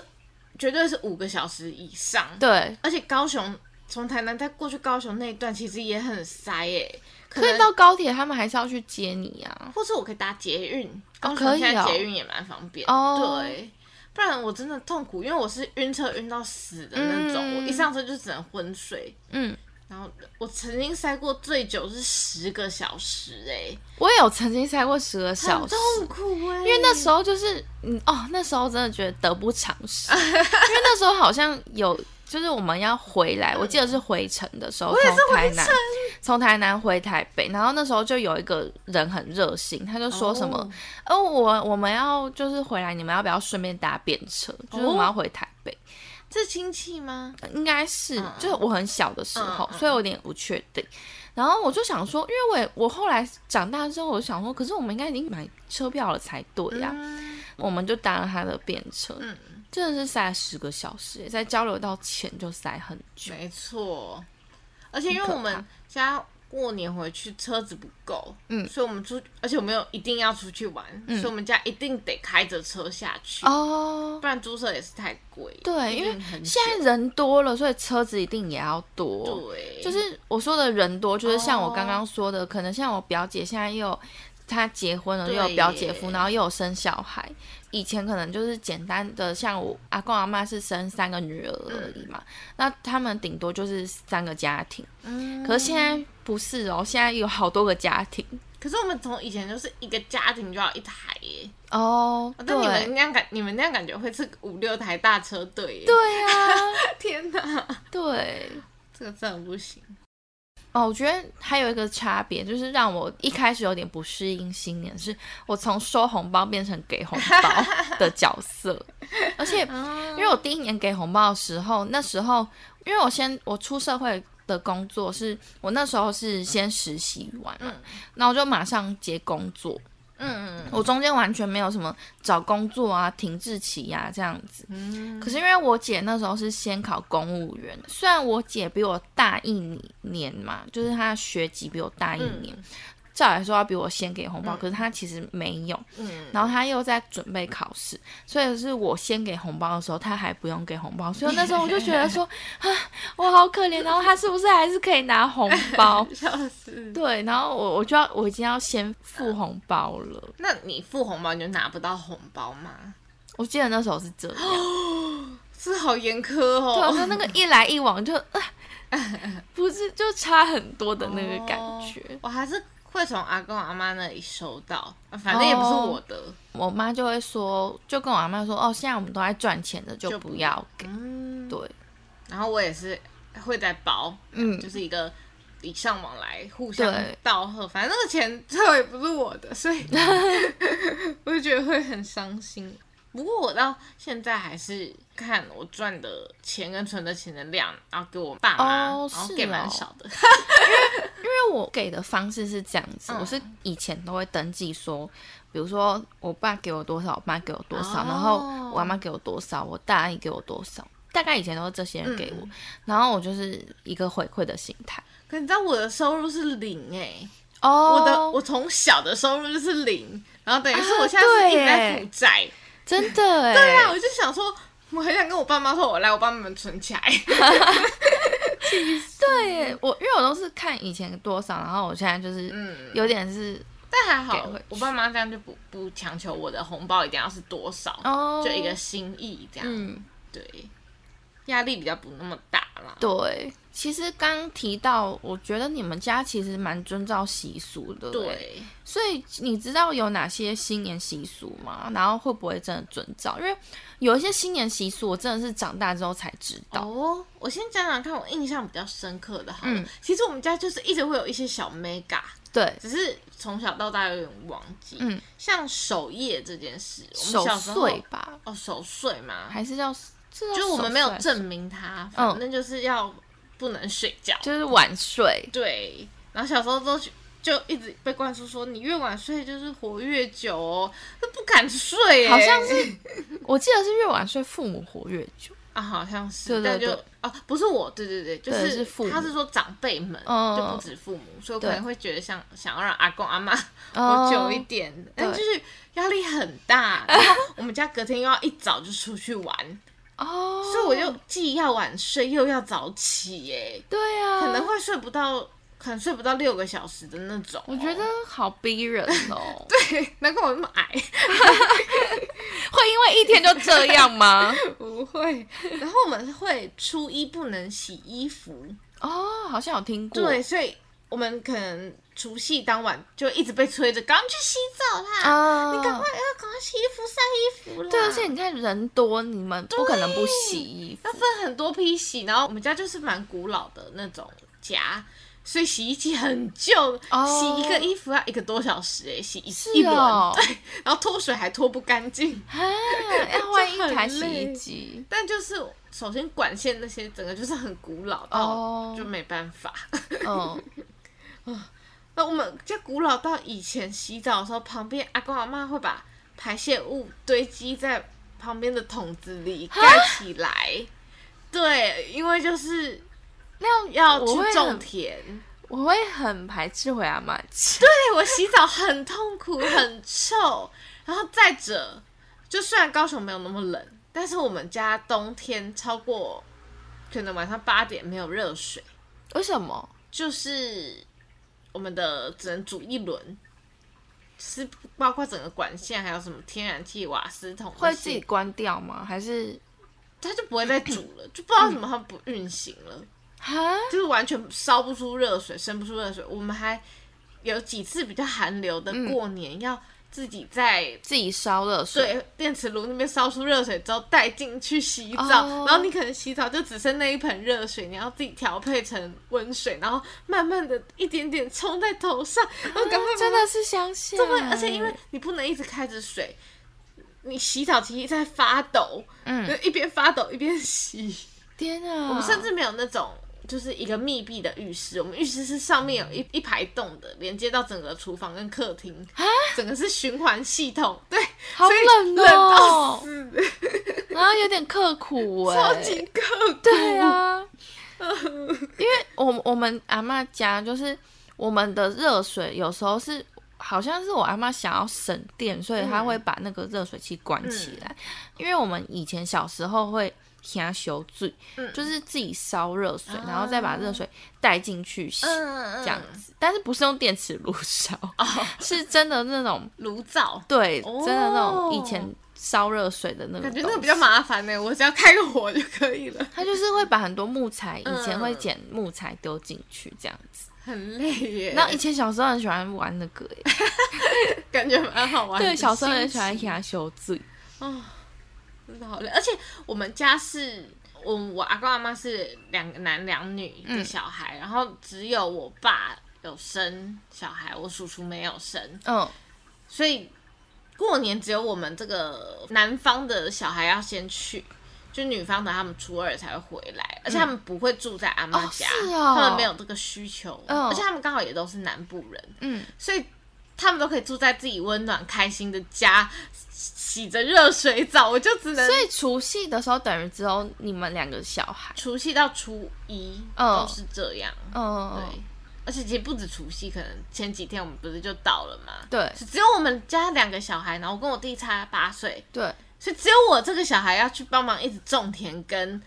Speaker 2: 绝对是五个小时以上，
Speaker 1: 对，
Speaker 2: 而且高雄从台南再过去高雄那一段其实也很塞诶、可
Speaker 1: 可以
Speaker 2: 能
Speaker 1: 到高铁，他们还是要去接你啊。
Speaker 2: 或是我可以搭捷运，
Speaker 1: 哦
Speaker 2: 高
Speaker 1: 可
Speaker 2: 雄
Speaker 1: 以
Speaker 2: 现
Speaker 1: 哦
Speaker 2: 在捷运也蛮方便的。
Speaker 1: 哦
Speaker 2: 对，不然我真的痛苦，因为我是晕车晕到死的那种，
Speaker 1: 嗯
Speaker 2: 我一上车就只能昏睡。
Speaker 1: 嗯，
Speaker 2: 然后我曾经塞过最久是十个小时、欸，
Speaker 1: 我也有曾经塞过十个
Speaker 2: 哎，
Speaker 1: 小
Speaker 2: 很
Speaker 1: 时，
Speaker 2: 痛苦哎、
Speaker 1: 因为那时候就是，嗯，哦，那时候真的觉得得不偿 失，因为那时候好像有，就是我们要回
Speaker 2: 嗯
Speaker 1: 来，我记得是回程的时候，从台南，从台南回台北，然后那时候就有一个人很热心，他就说什么，
Speaker 2: 哦
Speaker 1: 哦，我我们要就是回来，你们要不要顺便搭便车？
Speaker 2: 哦
Speaker 1: 就是我们要回台北。
Speaker 2: 这亲戚吗？
Speaker 1: 应该是，
Speaker 2: 嗯
Speaker 1: 就是我很小的时候，
Speaker 2: 嗯嗯
Speaker 1: 所以我有点不确定。然后我就想说，因为我也我后来长大之后，我就想说，可是我们应该已经买车票了才对啊呀、
Speaker 2: 嗯
Speaker 1: 我们就搭了他的便车，
Speaker 2: 嗯，
Speaker 1: 真的是塞了十个小时耶，在交流道前就塞很久。
Speaker 2: 没错。而且因为
Speaker 1: 很可
Speaker 2: 我们
Speaker 1: 怕
Speaker 2: 家过年回去车子不够，
Speaker 1: 嗯
Speaker 2: 所以我们出，而且我们又一定要出去玩，所以我们家一定得开着车下去。
Speaker 1: 哦，
Speaker 2: 不然租车也是太贵。
Speaker 1: 对，
Speaker 2: 一
Speaker 1: 因
Speaker 2: 定
Speaker 1: 为
Speaker 2: 很
Speaker 1: 现在
Speaker 2: 久
Speaker 1: 人多了，所以车子一定也要多。
Speaker 2: 对，
Speaker 1: 就是我说的人多，就是像我刚刚说的，可能像我表姐现在又有她结婚了，
Speaker 2: 对
Speaker 1: 又有表姐夫，
Speaker 2: 耶
Speaker 1: 然后又有生小孩。以前可能就是简单的，像我阿公阿妈是生三个女儿而已嘛，那他们顶多就是三个家庭。
Speaker 2: 嗯，
Speaker 1: 可是现在不是哦，现在有好多个家庭
Speaker 2: 可是我们从以前就是一个家庭就要一台耶，
Speaker 1: 哦。
Speaker 2: 哦
Speaker 1: 对
Speaker 2: 但你们那样感，你们那样感觉会是五六台大车队耶。，
Speaker 1: 对啊呀、
Speaker 2: 天哪，
Speaker 1: 对。
Speaker 2: 这个真的不行。
Speaker 1: 哦，我觉得还有一个差别，就是让我一开始有点不适应新年，是我从收红包变成给红包的角色，而且因为我第一年给红包的时候，那时候因为我先我出社会的工作是，我那时候是先实习完嘛，那、我就马上接工作，嗯，我中间完全没有什么找工作啊、停滞期呀、这样子。可是因为我姐那时候是先考公务员，虽然我姐比我大一年嘛，就是她学籍比我大一年，照理说要比我先给红包，可是她其实没有，
Speaker 2: 嗯，
Speaker 1: 然后她又在准备考试，所以是我先给红包的时候，她还不用给红包，所以那时候我就觉得说 啊，我好可怜，然哦后她是不是还是可以拿红包？
Speaker 2: 笑死。
Speaker 1: 对，然后我我就要我已经要先付红包了。
Speaker 2: 那你付红包你就拿不到红包吗？
Speaker 1: 我记得那时候是这样，
Speaker 2: 是好严苛
Speaker 1: 对啊，
Speaker 2: 哦。
Speaker 1: 就那个一来一往就，啊 不是就差很多的那个感
Speaker 2: 哦
Speaker 1: 觉。
Speaker 2: 我还是会从阿公阿妈那里收到，反
Speaker 1: 哦
Speaker 2: 正也不是我的。
Speaker 1: 我妈就会说，就跟我阿妈说，哦，现在我们都在赚钱的，就
Speaker 2: 就
Speaker 1: 不
Speaker 2: 不
Speaker 1: 要给。
Speaker 2: 嗯，
Speaker 1: 对，
Speaker 2: 然后我也是会在包，
Speaker 1: 嗯
Speaker 2: 就，是一个礼尚往来，互相
Speaker 1: 对
Speaker 2: 道贺。反正那个钱最后也不是我的， 所以我就觉得会很伤心。不过我到现在还是看我赚的钱跟存的钱的量，然后给我爸妈，
Speaker 1: 哦
Speaker 2: 然后
Speaker 1: 是
Speaker 2: 给
Speaker 1: 哦
Speaker 2: 蛮少的。
Speaker 1: 因为我给的方式是这样子，
Speaker 2: 嗯
Speaker 1: 我是以前都会登记说，比如说我爸给我多少，我妈给我多少，
Speaker 2: 哦
Speaker 1: 然后我阿妈给我多少，我大姨给我多少，大概以前都是这些人给我，然后我就是一个回馈的心态。
Speaker 2: 可你知道我的收入是零哎、
Speaker 1: 哦，
Speaker 2: 我的我从小的收入就是零，然后等于是我现
Speaker 1: 啊
Speaker 2: 在是一
Speaker 1: 对
Speaker 2: 直在
Speaker 1: 耶
Speaker 2: 负债。
Speaker 1: 真的哎，
Speaker 2: 对啊，我就想说，我很想跟我爸妈说，我来我帮你们存起来。
Speaker 1: 对耶，我因为我都是看以前多少，然后我现在就是
Speaker 2: 嗯，
Speaker 1: 有点是、
Speaker 2: 但还好
Speaker 1: 给回去，
Speaker 2: 我爸妈这样就不不强求我的红包一定要是多少，
Speaker 1: 哦，
Speaker 2: 就一个心意这样。
Speaker 1: 嗯，
Speaker 2: 对，压力比较不那么大啦。
Speaker 1: 对。其实刚提到，我觉得你们家其实蛮遵照习俗的，，欸
Speaker 2: 对，
Speaker 1: 所以你知道有哪些新年习俗吗？然后会不会真的遵照？因为有一些新年习俗，我真的是长大之后才知道。
Speaker 2: 哦，我先讲讲看，我印象比较深刻的哈。
Speaker 1: 嗯
Speaker 2: 其实我们家就是一直会有一些小 mega，
Speaker 1: 对，
Speaker 2: 只是从小到大有点忘记。
Speaker 1: 嗯，
Speaker 2: 像守夜这件事，我
Speaker 1: 守
Speaker 2: 们小时候
Speaker 1: 岁吧，
Speaker 2: 哦，守岁嘛，
Speaker 1: 还是叫这叫
Speaker 2: 就我们
Speaker 1: 守
Speaker 2: 没有
Speaker 1: 岁
Speaker 2: 证明它，
Speaker 1: 嗯
Speaker 2: 反正就是要不能睡觉。
Speaker 1: 就是晚睡，
Speaker 2: 对，然后小时候都就一直被灌输说，你越晚睡就是活越久哦，都不敢睡耶、欸
Speaker 1: 好像是我记得是越晚睡父母活越 久。
Speaker 2: 啊，好像是，
Speaker 1: 对对
Speaker 2: 但就
Speaker 1: 对
Speaker 2: 哦，不是我，对对对，就
Speaker 1: 对
Speaker 2: 是
Speaker 1: 是父母
Speaker 2: 他是说长辈们，
Speaker 1: 嗯
Speaker 2: 就不止父母，所以我可
Speaker 1: 对
Speaker 2: 能会觉得想想要让阿公阿妈
Speaker 1: 哦
Speaker 2: 活久一点，但就是压力很 大，然后我们家隔天又要一早就出去玩，
Speaker 1: 哦，
Speaker 2: 所以我就既要晚睡又要早起耶、
Speaker 1: 对啊，
Speaker 2: 可能会睡不到，可能睡不到六个小时的那种哦、
Speaker 1: 我觉得好逼人哦。 对，
Speaker 2: 难怪我那么矮，
Speaker 1: 会因为一天就这样吗？
Speaker 2: 不会。然后我们会初一不能洗衣服，
Speaker 1: 哦，好像有听过。
Speaker 2: 对，所以我们可能除夕当晚就一直被催着，赶快去洗澡啦，
Speaker 1: 啊，
Speaker 2: 赶快要赶快洗衣服、晒衣服啦。
Speaker 1: 对，而且你看人多，你们不可能不洗衣服
Speaker 2: 要。分很多批洗，然后我们家就是蛮古老的那种家。所以洗衣机很旧
Speaker 1: 哦
Speaker 2: 洗一个衣服要一个多小时哎、洗一、
Speaker 1: 是
Speaker 2: 一轮，
Speaker 1: 哦
Speaker 2: 对，然后脱水还脱不干净，
Speaker 1: 啊， 要换一
Speaker 2: 这很
Speaker 1: 台洗
Speaker 2: 累
Speaker 1: 衣机。
Speaker 2: 但就是首先管线那些整个就是很古老
Speaker 1: 哦
Speaker 2: 到就没办法。
Speaker 1: 嗯，
Speaker 2: 那我们家古老到以前洗澡的时候，旁边阿公阿妈会把排泄物堆积在旁边的桶子里盖起 来。对，因为就是
Speaker 1: 那
Speaker 2: 要去
Speaker 1: 我会
Speaker 2: 种
Speaker 1: 很，
Speaker 2: 田。
Speaker 1: 我会很排斥回阿妈家。
Speaker 2: 对我洗澡很痛苦，很臭。然后再者，就虽然高雄没有那么冷，但是我们家冬天超过可能晚上八点没有热水。
Speaker 1: 为什么？
Speaker 2: 就是我们的只能煮一轮，是包括整个管线，还有什么天然气、瓦斯桶那
Speaker 1: 会
Speaker 2: 些，
Speaker 1: 自己关掉吗？还是
Speaker 2: 它就不会再煮 了，就不知道为什么它不运行了，
Speaker 1: 哈？
Speaker 2: 就是完全烧不出热水，生不出热水。我们还有几次比较寒流的
Speaker 1: 嗯
Speaker 2: 过年，要自己在。
Speaker 1: 自己烧热水？
Speaker 2: 对，电磁炉那边烧出热水之后带进去洗澡
Speaker 1: 哦
Speaker 2: 然后你可能洗澡就只剩那一盆热水，你要自己调配成温水，然后慢慢的一点点冲在头上，然后赶快
Speaker 1: 啊真的是相信。
Speaker 2: 对，而且因为你不能一直开着水，你洗澡其实在发抖，
Speaker 1: 嗯
Speaker 2: 就一边发抖一边洗。
Speaker 1: 天啊，
Speaker 2: 我们甚至没有那种就是一个密闭的浴室，我们浴室是上面
Speaker 1: 嗯
Speaker 2: 有一一排洞的，连接到整个厨房跟客厅，整个是循环系统，对，
Speaker 1: 好
Speaker 2: 所以
Speaker 1: 冷
Speaker 2: 冷到
Speaker 1: 哦、
Speaker 2: 死，
Speaker 1: 然后有点刻苦哎、
Speaker 2: 超级刻苦，
Speaker 1: 对啊，因为我们我们阿嬷家就是我们的热水有时候是。好像是我阿妈想要省电，所以她
Speaker 2: 嗯
Speaker 1: 会把那个热水器关起来。因为我们以前小时候会瞎修水，
Speaker 2: 嗯
Speaker 1: 就是自己烧热水，
Speaker 2: 啊
Speaker 1: 然后再把热水带进去洗，
Speaker 2: 嗯，哦
Speaker 1: 这
Speaker 2: 这
Speaker 1: 样子。但是不是用电磁炉烧，是真的那种
Speaker 2: 炉灶。
Speaker 1: 对，
Speaker 2: 哦
Speaker 1: 真的那种以前烧热水的那个
Speaker 2: 感
Speaker 1: 东西，
Speaker 2: 觉那个比较麻烦呢、我只要开个火就可以了，
Speaker 1: 他就是会把很多木材，以前
Speaker 2: 嗯
Speaker 1: 会捡木材丢进去这样子。
Speaker 2: 很累耶。
Speaker 1: 然后以前小时候很喜欢玩那个耶，
Speaker 2: 感觉蛮好玩的。
Speaker 1: 对，小时候很喜欢
Speaker 2: 新奇
Speaker 1: 牙修嘴。
Speaker 2: 真的好累。而且我们家是，我我阿公阿妈是两个男两女的小
Speaker 1: 嗯
Speaker 2: 孩，然后只有我爸有生小孩，我叔叔没有生，
Speaker 1: 嗯，
Speaker 2: 所以过年只有我们这个男方的小孩要先去。就女方的他们初二才会回来，而且他们不会住在阿妈家，
Speaker 1: 嗯哦是哦
Speaker 2: 他们没有这个需求，
Speaker 1: 嗯
Speaker 2: 而且他们刚好也都是南部人，
Speaker 1: 嗯，
Speaker 2: 所以他们都可以住在自己温暖开心的家，洗着热水澡。我就只能
Speaker 1: 所以除夕的时候等于只有你们两个小孩。
Speaker 2: 除夕到初一
Speaker 1: 嗯
Speaker 2: 都是这样，对
Speaker 1: 嗯，。
Speaker 2: 而且其实不止除夕，可能前几天我们不是就到了嘛，
Speaker 1: 对
Speaker 2: 只有我们家两个小孩，然后我跟我弟差八岁，
Speaker 1: 对。
Speaker 2: 所以只有我这个小孩要去帮忙一直种田跟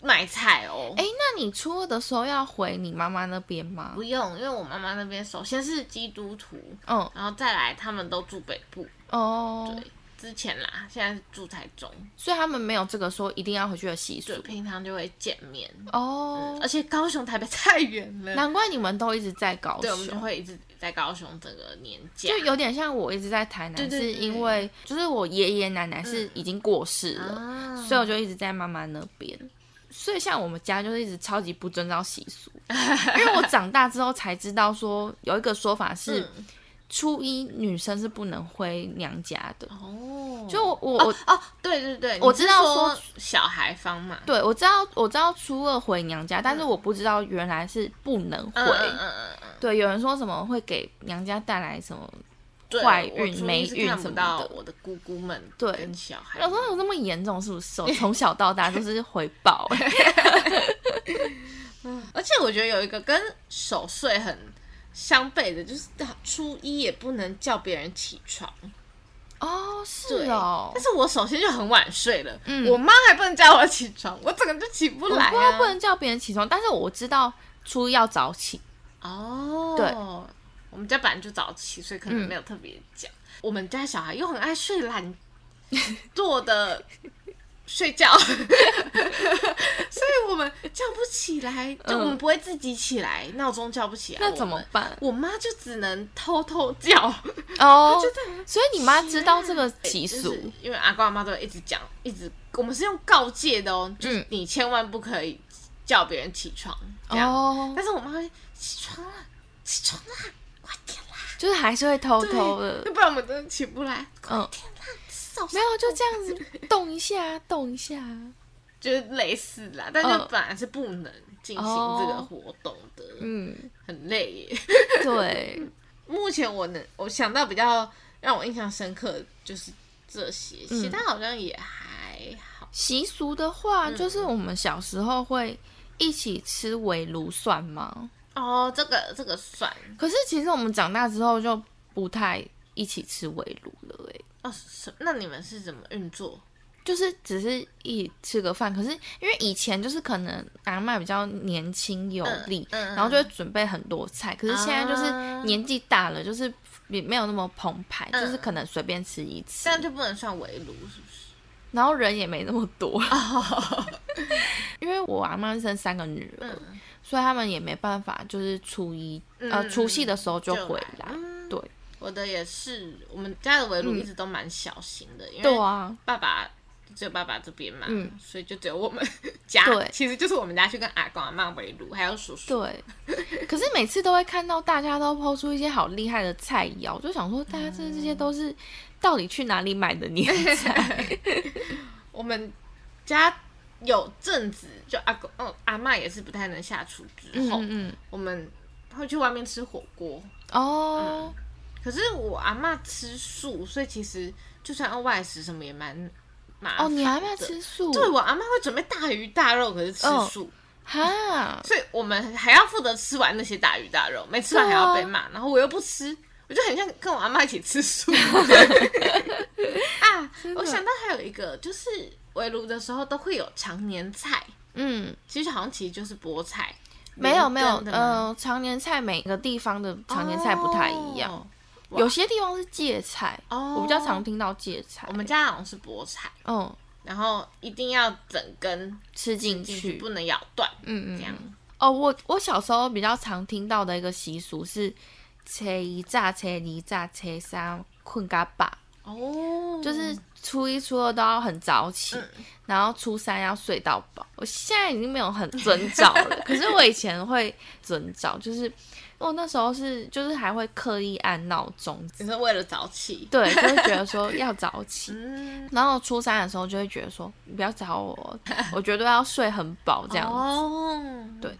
Speaker 2: 卖菜哦。
Speaker 1: 哎，那你初二的时候要回你妈妈那边吗
Speaker 2: 不？用，因为我妈妈那边首先是基督徒，
Speaker 1: 嗯，
Speaker 2: 然后再来他们都住北部，
Speaker 1: 哦
Speaker 2: 对，，之前啦，现在是住台中，
Speaker 1: 所以他们没有这个说一定要回去的习俗
Speaker 2: 对，。平常就会见面，
Speaker 1: 哦
Speaker 2: 而，且高雄、台北太远了，
Speaker 1: 难怪你们都一直在高
Speaker 2: 嗯对，我们就
Speaker 1: 雄。
Speaker 2: 会一直在高雄整个年假，
Speaker 1: 就有点像我一直在台南，
Speaker 2: 对对对嗯
Speaker 1: 是因为就是我爷爷奶奶是已经过世了，
Speaker 2: 啊
Speaker 1: 所以我就一直在妈妈那边。所以像我们家就是一直超级不遵照习俗， 因为我长大之后才知道说有一个说法是
Speaker 2: 嗯
Speaker 1: 初一女生是不能回娘家的。
Speaker 2: 哦，
Speaker 1: 就我我、
Speaker 2: 哦哦，对对对，
Speaker 1: 我
Speaker 2: 你是
Speaker 1: 知道
Speaker 2: 说
Speaker 1: 说
Speaker 2: 小孩方嘛，
Speaker 1: 对我知道我知道初二回娘家，但是我不知道原来是不能回。
Speaker 2: 嗯嗯嗯嗯
Speaker 1: 对，有人说什么会给娘家带来什么，
Speaker 2: 对，
Speaker 1: 怀
Speaker 2: 我
Speaker 1: 孕
Speaker 2: 初一
Speaker 1: 霉
Speaker 2: 是
Speaker 1: 运
Speaker 2: 看
Speaker 1: 什
Speaker 2: 不
Speaker 1: 么
Speaker 2: 到
Speaker 1: 的
Speaker 2: 我的姑姑们
Speaker 1: 对
Speaker 2: 跟小孩
Speaker 1: 有
Speaker 2: 们，
Speaker 1: 时候有那么严重是不是？我 从小到大都是回报、欸
Speaker 2: 而且我觉得有一个跟守岁很相悖的，就是初一也不能叫别人起床，
Speaker 1: 哦，是
Speaker 2: 对
Speaker 1: 哦
Speaker 2: 但，是我首先就很晚睡了，
Speaker 1: 嗯
Speaker 2: 我妈还不能叫我起床，我整个就起不
Speaker 1: 我不
Speaker 2: 来
Speaker 1: 知道
Speaker 2: 啊
Speaker 1: 不。能叫别人起床，但是我知道初一要早起。
Speaker 2: 哦，
Speaker 1: 对，
Speaker 2: 我们家本来就早起，所以可能没有特别讲。
Speaker 1: 嗯
Speaker 2: 我们家小孩又很爱睡 懒惰的睡 觉，所以我们叫不起来，就
Speaker 1: 嗯
Speaker 2: 我们不会自己起来，闹钟叫不起来，
Speaker 1: 那怎
Speaker 2: 我
Speaker 1: 么
Speaker 2: 们？
Speaker 1: 办？
Speaker 2: 我妈就只能偷偷 叫，
Speaker 1: 哦
Speaker 2: 就，在
Speaker 1: 所以你妈知道这个习
Speaker 2: 就
Speaker 1: 俗
Speaker 2: 是因为阿公阿妈都会一直讲，一直我们是用告诫的哦，就是
Speaker 1: 嗯
Speaker 2: 你千万不可以叫别人起床，这样。
Speaker 1: 哦，
Speaker 2: 但是我妈会起床了，起床了，快点啦！
Speaker 1: 就是还是会偷偷
Speaker 2: 对
Speaker 1: 的，
Speaker 2: 要不然我们真的起不来。快
Speaker 1: 嗯，
Speaker 2: 点啦，少
Speaker 1: 没有就这样子动一下，动一下。
Speaker 2: 就是类似啦，但就
Speaker 1: 嗯
Speaker 2: 本来是不能进行这个活动的，
Speaker 1: 嗯，
Speaker 2: 很累耶。
Speaker 1: 对，
Speaker 2: 目前我能我想到比较让我印象深刻的就是这些，
Speaker 1: 嗯
Speaker 2: 其他好像也还好。
Speaker 1: 习俗的话，就是我们小时候会一起吃围炉算吗？
Speaker 2: 哦，这个这个算
Speaker 1: 可是其实我们长大之后就不太一起吃围炉了、欸，
Speaker 2: 哦，什那你们是怎么运作？
Speaker 1: 就是只是一起吃个饭，可是因为以前就是可能阿嬷比较年轻有哦力，
Speaker 2: 嗯嗯嗯
Speaker 1: 然后就会准备很多菜，可是现在就是年纪大了，就是也没有那么澎湃，
Speaker 2: 嗯
Speaker 1: 就是可能随便吃一次
Speaker 2: 这，样就不能算围炉，是不 是？ 哦
Speaker 1: 然后人也没那么多，
Speaker 2: 啊
Speaker 1: 因为我阿妈生三个女儿，
Speaker 2: 嗯
Speaker 1: 所以他们也没办法，就是初一、呃
Speaker 2: 嗯
Speaker 1: 除夕的时候就
Speaker 2: 就
Speaker 1: 回
Speaker 2: 来
Speaker 1: 来，
Speaker 2: 嗯
Speaker 1: 对
Speaker 2: 我的也是，我们家的围炉一直都蛮小型的，因
Speaker 1: 对
Speaker 2: 为
Speaker 1: 啊，
Speaker 2: 爸爸只有爸爸这边嘛，
Speaker 1: 嗯
Speaker 2: 所以就只有我们家，
Speaker 1: 对
Speaker 2: 其实就是我们家去跟阿公阿妈围炉，还有叔叔，
Speaker 1: 对，可是每次都会看到大家都抛出一些好厉害的菜肴，就想说大家这这些都是 到底去哪里买的年菜？
Speaker 2: 我们家有阵子就阿公嗯阿嬷也是不太能下厨之
Speaker 1: 嗯
Speaker 2: 后，
Speaker 1: 嗯嗯
Speaker 2: 我们会去外面吃火锅。嗯
Speaker 1: 哦，
Speaker 2: 可是我阿嬷吃素，所以其实就算要外食什么也蛮麻烦
Speaker 1: 哦，你还没有
Speaker 2: 的
Speaker 1: 吃素？
Speaker 2: 嗯对我阿嬷会准备大鱼大肉，可是吃
Speaker 1: 嗯
Speaker 2: 素，
Speaker 1: 哈，
Speaker 2: 所以我们还要负责吃完那些大鱼大肉，没吃完还要被骂，
Speaker 1: 啊
Speaker 2: 然后我又不吃，我就很像跟我阿妈一起吃 素。啊，
Speaker 1: 真的
Speaker 2: 我想到还有一个，就是围炉的时候都会有常年菜，
Speaker 1: 嗯，
Speaker 2: 其实好像其实就是菠菜，
Speaker 1: 没有
Speaker 2: 莲
Speaker 1: 没有，
Speaker 2: 根的吗，
Speaker 1: 呃，常年菜每个地方的常年菜不太一样，
Speaker 2: 哦哇
Speaker 1: 有些地方是芥菜，
Speaker 2: 哦
Speaker 1: 我比较常听到芥菜
Speaker 2: 我，们家好像是菠菜，
Speaker 1: 嗯，
Speaker 2: 然后一定要整根
Speaker 1: 吃进
Speaker 2: 进去，
Speaker 1: 去，
Speaker 2: 不能咬断，
Speaker 1: 嗯
Speaker 2: 这
Speaker 1: 嗯
Speaker 2: 样。
Speaker 1: 嗯。哦，我我小时候比较常听到的一个习俗是，切一炸、切二炸、切三困嘎巴，
Speaker 2: 哦，
Speaker 1: 就是初一、初二都要很早起，
Speaker 2: 嗯
Speaker 1: 然后初三要睡到饱。我现在已经没有很遵照了， 可是我以前会遵照，就是我那时候是就是还会刻意按闹钟，
Speaker 2: 只是为了早起，
Speaker 1: 对，就会觉得说要早起。
Speaker 2: 嗯，
Speaker 1: 然后初三的时候就会觉得说，你不要找我，我绝对要睡很饱这样子。
Speaker 2: 哦，
Speaker 1: 对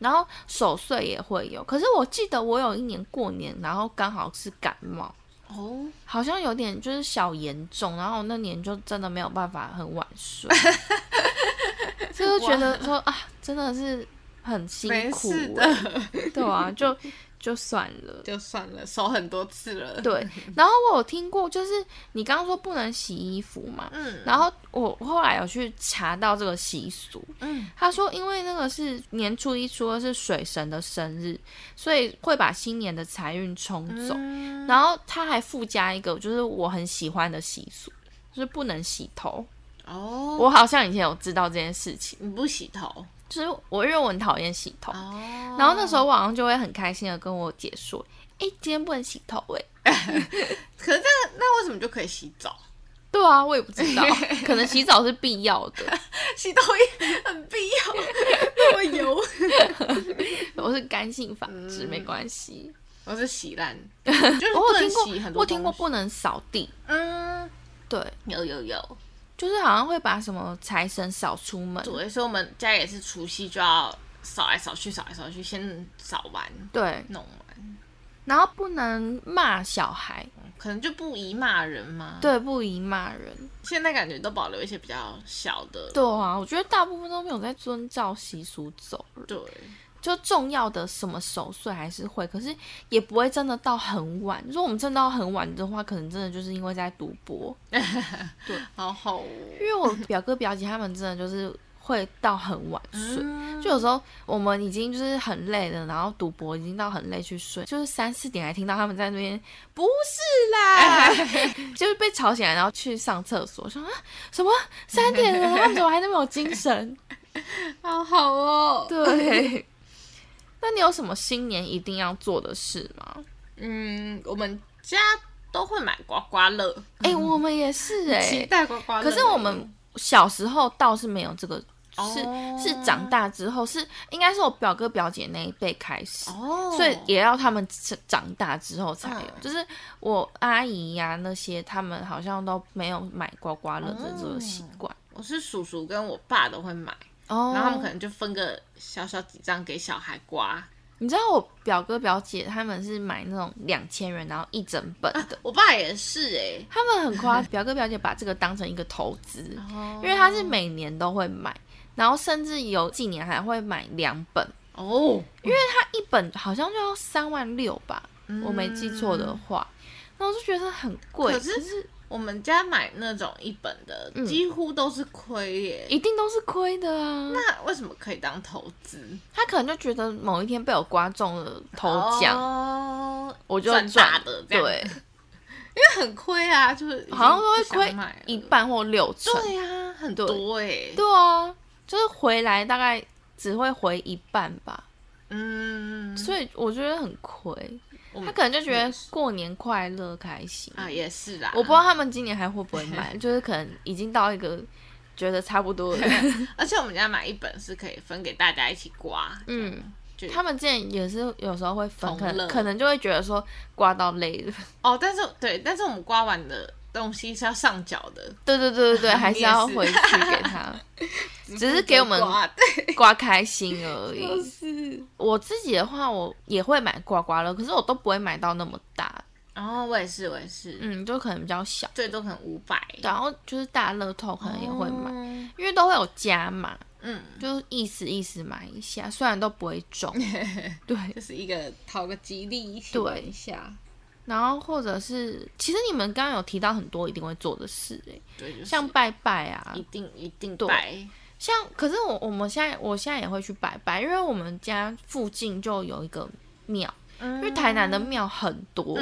Speaker 1: 然后守岁也会有，可是我记得我有一年过年，然后刚好是感冒，
Speaker 2: 哦，
Speaker 1: 好像有点就是小严重，然后我那年就真的没有办法很晚 睡，就是觉得说啊，真的是很辛
Speaker 2: 没
Speaker 1: 苦
Speaker 2: 事
Speaker 1: 欸、
Speaker 2: 的，
Speaker 1: 对啊，就就算了。
Speaker 2: 就算了，手很多次了。，
Speaker 1: 对，然后我有听过，就是你刚刚说不能洗衣服嘛，
Speaker 2: 嗯
Speaker 1: 然后我我后来有去查到这个习俗，
Speaker 2: 嗯，
Speaker 1: 他说，因为那个是年初一、初二是水神的生日，所以会把新年的财运冲走。
Speaker 2: 嗯
Speaker 1: 然后他还附加一个，就是我很喜欢的习俗，就是不能洗头。
Speaker 2: 哦，
Speaker 1: 我好像以前有知道这件事情，
Speaker 2: 你不洗头
Speaker 1: 就是我因为我很讨厌洗头，
Speaker 2: 哦
Speaker 1: 然后那时候我好像就会很开心的跟我姐说，诶，今天不能洗头诶。
Speaker 2: 可是这样，那为什么就可以洗澡？
Speaker 1: 对啊，我也不知道，可能洗澡是必要的。
Speaker 2: 洗头也很必 要，那么油。
Speaker 1: 我是干性发质，没关系。
Speaker 2: 我是洗 烂，嗯就是
Speaker 1: 哦我
Speaker 2: 不
Speaker 1: 有
Speaker 2: 能
Speaker 1: 听
Speaker 2: 洗很
Speaker 1: 过，
Speaker 2: 多。
Speaker 1: 我听过，不能扫地。
Speaker 2: 嗯，
Speaker 1: 对，
Speaker 2: 有有有，
Speaker 1: 就是好像会把什么财神扫出门。
Speaker 2: 对，所以我们家也是除夕就要扫来扫去，扫来扫去，先扫完
Speaker 1: 对，
Speaker 2: 弄完，
Speaker 1: 然后不能骂小孩，
Speaker 2: 可能就不宜骂人嘛。，
Speaker 1: 对，不宜骂人。
Speaker 2: 现在感觉都保留一些比较小的，
Speaker 1: 对啊，我觉得大部分都没有在遵照习俗走了，
Speaker 2: 对。
Speaker 1: 就重要的什么守岁还是会，可是也不会真的到很晚。如果我们真的到很晚的话，可能真的就是因为在赌博，
Speaker 2: 好好哦
Speaker 1: 因为我表哥表姐他们真的就是会到很晚睡。
Speaker 2: 嗯，
Speaker 1: 就有时候我们已经就是很累了，然后赌博已经到很累去睡，就是三四点还听到他们在那边不是 啦，就是被吵醒来，然后去上厕所，说啊什么三点了，他们怎么还那么有精 神？
Speaker 2: 好好哦。
Speaker 1: 对。那你有什么新年一定要做的事吗？
Speaker 2: 嗯，我们家都会买刮刮乐，
Speaker 1: 哎、我们也是哎、
Speaker 2: 期待刮刮乐。
Speaker 1: 可是我们小时候倒是没有这个，是、
Speaker 2: 哦
Speaker 1: 是长大之后是应该是我表哥表姐那一辈开始，
Speaker 2: 哦，
Speaker 1: 所以也要他们长长大之后才有。
Speaker 2: 嗯
Speaker 1: 就是我阿姨呀、那些，他们好像都没有买刮刮乐的这个习惯。
Speaker 2: 我是叔叔跟我爸都会买，
Speaker 1: 哦
Speaker 2: 然后他们可能就分个小小几张给小孩刮。
Speaker 1: 你知道我表哥表姐他们是买那种两千元，然后一整本的。
Speaker 2: 我爸也是哎、
Speaker 1: 他们很夸，表哥表姐把这个当成一个投资，
Speaker 2: 哦
Speaker 1: 因为他是每年都会买，然后甚至有几年还会买两本，
Speaker 2: 哦，因为
Speaker 1: 一本好像就要三万六吧，我没记错的话。那我就觉得很
Speaker 2: 嗯
Speaker 1: 贵，
Speaker 2: 可是
Speaker 1: 可是
Speaker 2: 我们家买那种一本的，
Speaker 1: 嗯
Speaker 2: 几乎都是亏耶、
Speaker 1: 一定都是亏的啊。
Speaker 2: 那为什么可以当投资？
Speaker 1: 他可能就觉得某一天被我刮中了头奖，
Speaker 2: 哦，
Speaker 1: 我就
Speaker 2: 赚大的这样
Speaker 1: 对，
Speaker 2: 很亏啊，就是
Speaker 1: 好像都会
Speaker 2: 已经不想
Speaker 1: 亏
Speaker 2: 买了
Speaker 1: 一半或六成。
Speaker 2: 对呀、很多哎、欸。
Speaker 1: 啊对啊，就是回来大概只会回一半吧，
Speaker 2: 嗯，
Speaker 1: 所以我觉得很亏。
Speaker 2: 我们
Speaker 1: 他可能就觉得过年快乐开心，
Speaker 2: 啊也是啦，
Speaker 1: 我不知道他们今年还会不会买，就是可能已经到一个觉得差不多 了。
Speaker 2: 而且我们家买一本是可以分给大家一起刮，
Speaker 1: 嗯
Speaker 2: 就，
Speaker 1: 他们之前也是有时候会分，
Speaker 2: 同
Speaker 1: 可能
Speaker 2: 乐
Speaker 1: 可能就会觉得说刮到累了。
Speaker 2: 哦，但是对，但是我们刮完的东西是要上缴的，
Speaker 1: 对对对对对， 还是要
Speaker 2: 你也
Speaker 1: 回
Speaker 2: 是
Speaker 1: 去给他， 只是
Speaker 2: 不
Speaker 1: 给我们
Speaker 2: 刮
Speaker 1: 刮开心而已。
Speaker 2: 就是。
Speaker 1: 我自己的话，我也会买刮刮乐，可是我都不会买到那么大，
Speaker 2: 然后哦我也是，我也是，
Speaker 1: 嗯，就可能比较小。
Speaker 2: 最多可能五百，
Speaker 1: 然后就是大乐透可能也会买，
Speaker 2: 买。
Speaker 1: 因为都会有加码，
Speaker 2: 嗯，
Speaker 1: 就是意思意思买一下，虽然都不会 中。对，
Speaker 2: 就是一个讨个吉利，
Speaker 1: 对
Speaker 2: 玩一下，
Speaker 1: 然后或者是，其实你们刚刚有提到很多一定会做的事、欸，
Speaker 2: 对，就是
Speaker 1: 像拜拜啊，
Speaker 2: 一定一定
Speaker 1: 对
Speaker 2: 白，
Speaker 1: 像可是我我们现在我现在也会去拜拜，因为我们家附近就有一个庙，因
Speaker 2: 因
Speaker 1: 为台南的
Speaker 2: 嗯
Speaker 1: 庙很多，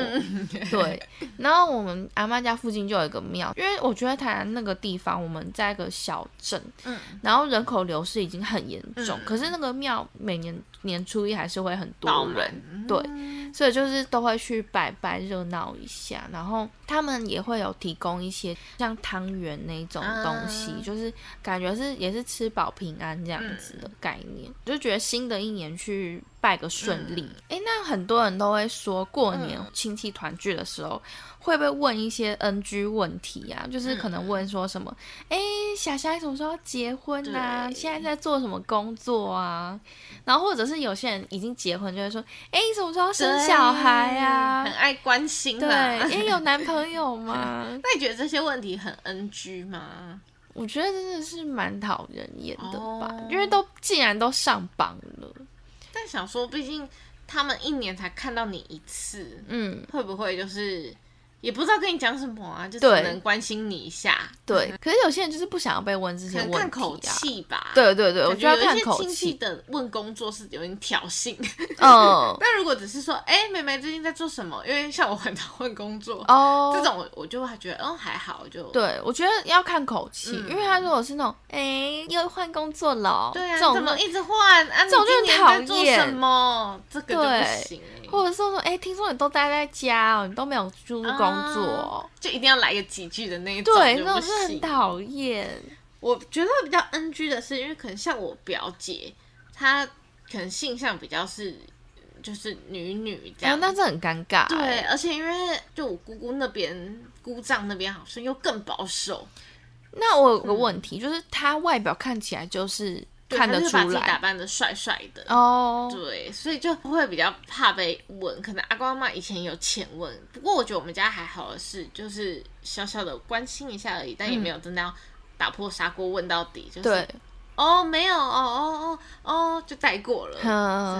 Speaker 1: 对。然后我们阿妈家附近就有一个庙，因为我觉得台南那个地方，我们在一个小镇，
Speaker 2: 嗯
Speaker 1: 然后人口流失已经很严重，
Speaker 2: 嗯
Speaker 1: 可是那个庙每年年初一还是会很
Speaker 2: 倒
Speaker 1: 多人，
Speaker 2: 满
Speaker 1: 对
Speaker 2: 嗯
Speaker 1: 所以就是都会去拜拜热闹一下，然后他们也会有提供一些像汤圆那种东西，
Speaker 2: 啊
Speaker 1: 就是感觉是也是吃饱平安这样
Speaker 2: 嗯
Speaker 1: 子的概念，就觉得新的一年去拜个
Speaker 2: 嗯
Speaker 1: 顺利。诶，那很多人都会说过年亲戚团聚的时候。会不会问一些 NG 问题啊？就是可
Speaker 2: 嗯
Speaker 1: 能问说什么，诶，霞霞什么时候要结婚啊？
Speaker 2: 对
Speaker 1: 现在在做什么工作啊？然后或者是有些人已经结婚，就会说，哎、你什么时候要生小孩
Speaker 2: 对很
Speaker 1: 啊？
Speaker 2: 爱关心啊
Speaker 1: 对，
Speaker 2: 啦。？
Speaker 1: 哎、有男朋友吗
Speaker 2: 那你觉得这些问题很 NG 吗？
Speaker 1: 我觉得真的是蛮讨人厌的吧，
Speaker 2: 哦
Speaker 1: 因为都既然都上榜了，
Speaker 2: 但想说，毕竟他们一年才看到你一次，
Speaker 1: 嗯，
Speaker 2: 会不会就是也不知道跟你讲什么啊？就只
Speaker 1: 对
Speaker 2: 能关心你一下，
Speaker 1: 对。可是有些人就是不想要被问这
Speaker 2: 嗯可
Speaker 1: 些
Speaker 2: 能
Speaker 1: 问题、啊，
Speaker 2: 看口。气吧。
Speaker 1: 对对对，我
Speaker 2: 感
Speaker 1: 觉得
Speaker 2: 觉
Speaker 1: 要
Speaker 2: 有
Speaker 1: 看
Speaker 2: 一些
Speaker 1: 口
Speaker 2: 亲戚
Speaker 1: 气。
Speaker 2: 的问工作是有点挑衅，
Speaker 1: 嗯，
Speaker 2: 但如果只是说，哎、妹妹最近在做什么？因为像我很讨问工作，
Speaker 1: 哦，
Speaker 2: 这种我我就还觉得，嗯，还好，就
Speaker 1: 对，我觉得要看口气，
Speaker 2: 嗯
Speaker 1: 因为他如果是那种，哎、又换工作了哦，
Speaker 2: 对啊，
Speaker 1: 这种
Speaker 2: 怎么
Speaker 1: 就
Speaker 2: 一直换啊？你
Speaker 1: 这种
Speaker 2: 今
Speaker 1: 就很
Speaker 2: 年
Speaker 1: 讨
Speaker 2: 在做
Speaker 1: 厌
Speaker 2: 什么？这个就不
Speaker 1: 对
Speaker 2: 行欸，
Speaker 1: 或者是说，哎、听说你都待在家哦，你都没有出去工作哦、
Speaker 2: 就一定要来个几句的那一种，
Speaker 1: 对，
Speaker 2: 就
Speaker 1: 那
Speaker 2: 不
Speaker 1: 种是很
Speaker 2: 行
Speaker 1: 讨厌。
Speaker 2: 我觉得比较 NG 的是，因为可能像我表姐，她可能性向比较是就是女女这
Speaker 1: 然
Speaker 2: 样。
Speaker 1: 后、哦那这很尴尬、
Speaker 2: 对，
Speaker 1: 哎，
Speaker 2: 而且因为就我姑姑那边，姑丈那边好像又更保守，
Speaker 1: 那我有个问题，就是他外表看起来就是
Speaker 2: 嗯对
Speaker 1: 看
Speaker 2: 她
Speaker 1: 得
Speaker 2: 就是
Speaker 1: 出
Speaker 2: 把自己打
Speaker 1: 来
Speaker 2: 扮的帅帅的。
Speaker 1: 哦，
Speaker 2: 对，所以就会比较怕被问。可能阿公阿妈以前有浅问，不过我觉得我们家还好的是，就是小小的关心一下而已，但也没有真的要打破砂锅问到底。就是
Speaker 1: 嗯对，
Speaker 2: 哦，没有，哦哦哦哦，就带过了。所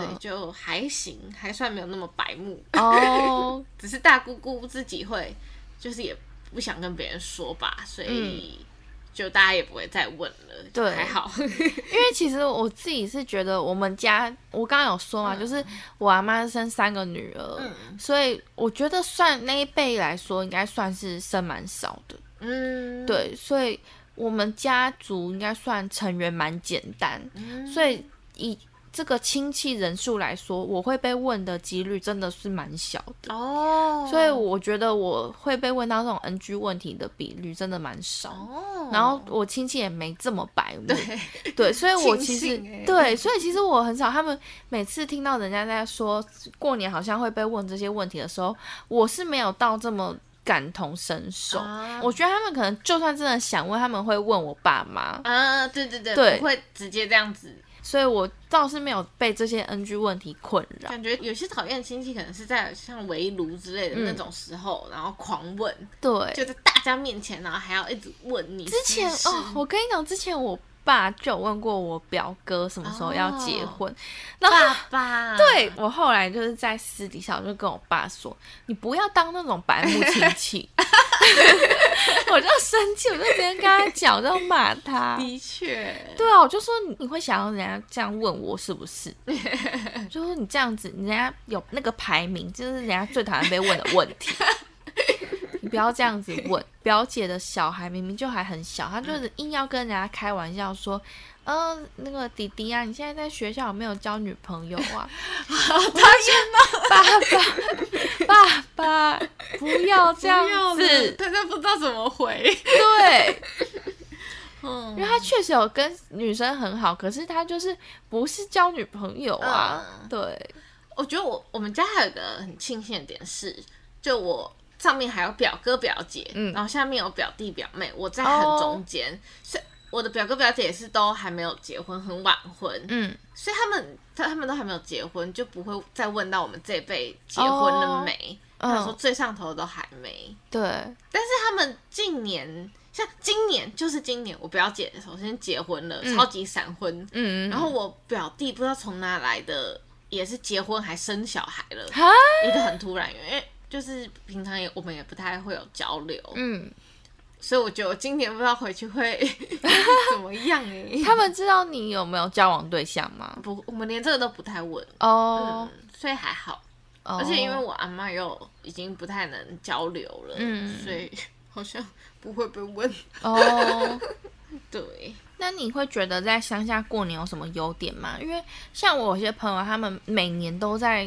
Speaker 2: 以
Speaker 1: 嗯，
Speaker 2: 就还行，还算没有那么白目。
Speaker 1: 哦，
Speaker 2: 只是大姑姑自己会，就是也不想跟别人说吧，所以就大家也不会再问了，就
Speaker 1: 嗯对
Speaker 2: 还好。
Speaker 1: 因为其实我自己是觉得我们家，我刚刚有说嘛，就是我阿妈生三个女儿，
Speaker 2: 嗯
Speaker 1: 所以我觉得算那一辈来说，应该算是生蛮少的。
Speaker 2: 嗯，
Speaker 1: 对，所以我们家族应该算成员蛮简单，
Speaker 2: 嗯，
Speaker 1: 所以以这个亲戚人数来说，我会被问的几率真的是蛮小的。
Speaker 2: 哦，
Speaker 1: 所以我觉得我会被问到这种 NG 问题的比率真的蛮少的
Speaker 2: 哦，
Speaker 1: 然后我亲戚也没这么白目，
Speaker 2: 对，
Speaker 1: 对，所以我
Speaker 2: 庆
Speaker 1: 其实
Speaker 2: 幸欸
Speaker 1: 对，所以其实我很少。他们每次听到人家在说过年好像会被问这些问题的时候，我是没有到这么感同身受。
Speaker 2: 啊
Speaker 1: 我觉得他们可能就算真的想问，他们会问我爸妈，
Speaker 2: 啊，对对对，
Speaker 1: 对
Speaker 2: 不会直接这样子。
Speaker 1: 所以我倒是没有被这些 NG 问题困扰。
Speaker 2: 感觉有些讨厌亲戚可能是在像围炉之类的那种时候，然后狂问，
Speaker 1: 对，
Speaker 2: 就在大家面前，然后还要一直问你之
Speaker 1: 之前哦，我跟你讲，之前我爸就有问过我表哥什么时候要结婚，然后
Speaker 2: 哦爸爸，
Speaker 1: 对我后来就是在私底下，我就跟我爸说，你不要当那种白目亲戚。 我就生气，我就直接跟他讲，我就骂他。
Speaker 2: 的确，
Speaker 1: 对啊，我就说你你会想要人家这样问我是不 是？就说你这样子，人家有那个排名，就是人家最讨厌被问的问 题。你不要这样子问，表姐的小孩明明就还很小，她就是硬要跟人家开玩笑说，嗯、那个弟弟啊，你现在在学校有没有交女朋友 啊？好讨厌哦，爸爸，爸爸，不要这样子，
Speaker 2: 他都不知道怎么 回。
Speaker 1: 对。因
Speaker 2: 嗯
Speaker 1: 为他确实有跟女生很好，可是他就是不是交女朋友啊，
Speaker 2: 嗯
Speaker 1: 对，
Speaker 2: 我觉得我我们家还有一个很庆幸的点是，就我上面还有表哥表姐，
Speaker 1: 嗯
Speaker 2: 然后下面有表弟表妹，我在很
Speaker 1: 哦
Speaker 2: 中间，是我的表哥表姐也是都还没有结婚，很晚婚，
Speaker 1: 嗯，
Speaker 2: 所以他们他他们都还没有结婚，就不会再问到我们这一辈结婚了没。
Speaker 1: 哦
Speaker 2: 他说最上头都还没，
Speaker 1: 对，
Speaker 2: 但是他们近年像今年就是今年，我表姐首先结婚了，
Speaker 1: 嗯
Speaker 2: 超级闪婚，
Speaker 1: 嗯，
Speaker 2: 然后我表弟不知道从哪来的，也是结婚还生小孩了，
Speaker 1: 哈，
Speaker 2: 一个很突然，因为就是平常也我们也不太会有交流，
Speaker 1: 嗯，
Speaker 2: 所以我觉得我今年不知道回去 会怎么样哎、
Speaker 1: 他们知道你有没有交往对象吗？
Speaker 2: 不，我们连这个都不太问，
Speaker 1: 哦
Speaker 2: 嗯，，所以还好。
Speaker 1: 哦
Speaker 2: 而且因为我阿妈又已经不太能交流了，
Speaker 1: 嗯
Speaker 2: 所以 好像不会被问。
Speaker 1: 哦，
Speaker 2: 对，
Speaker 1: 那你会觉得在乡下过年有什么优点吗？因为像我有些朋友，他们每年都在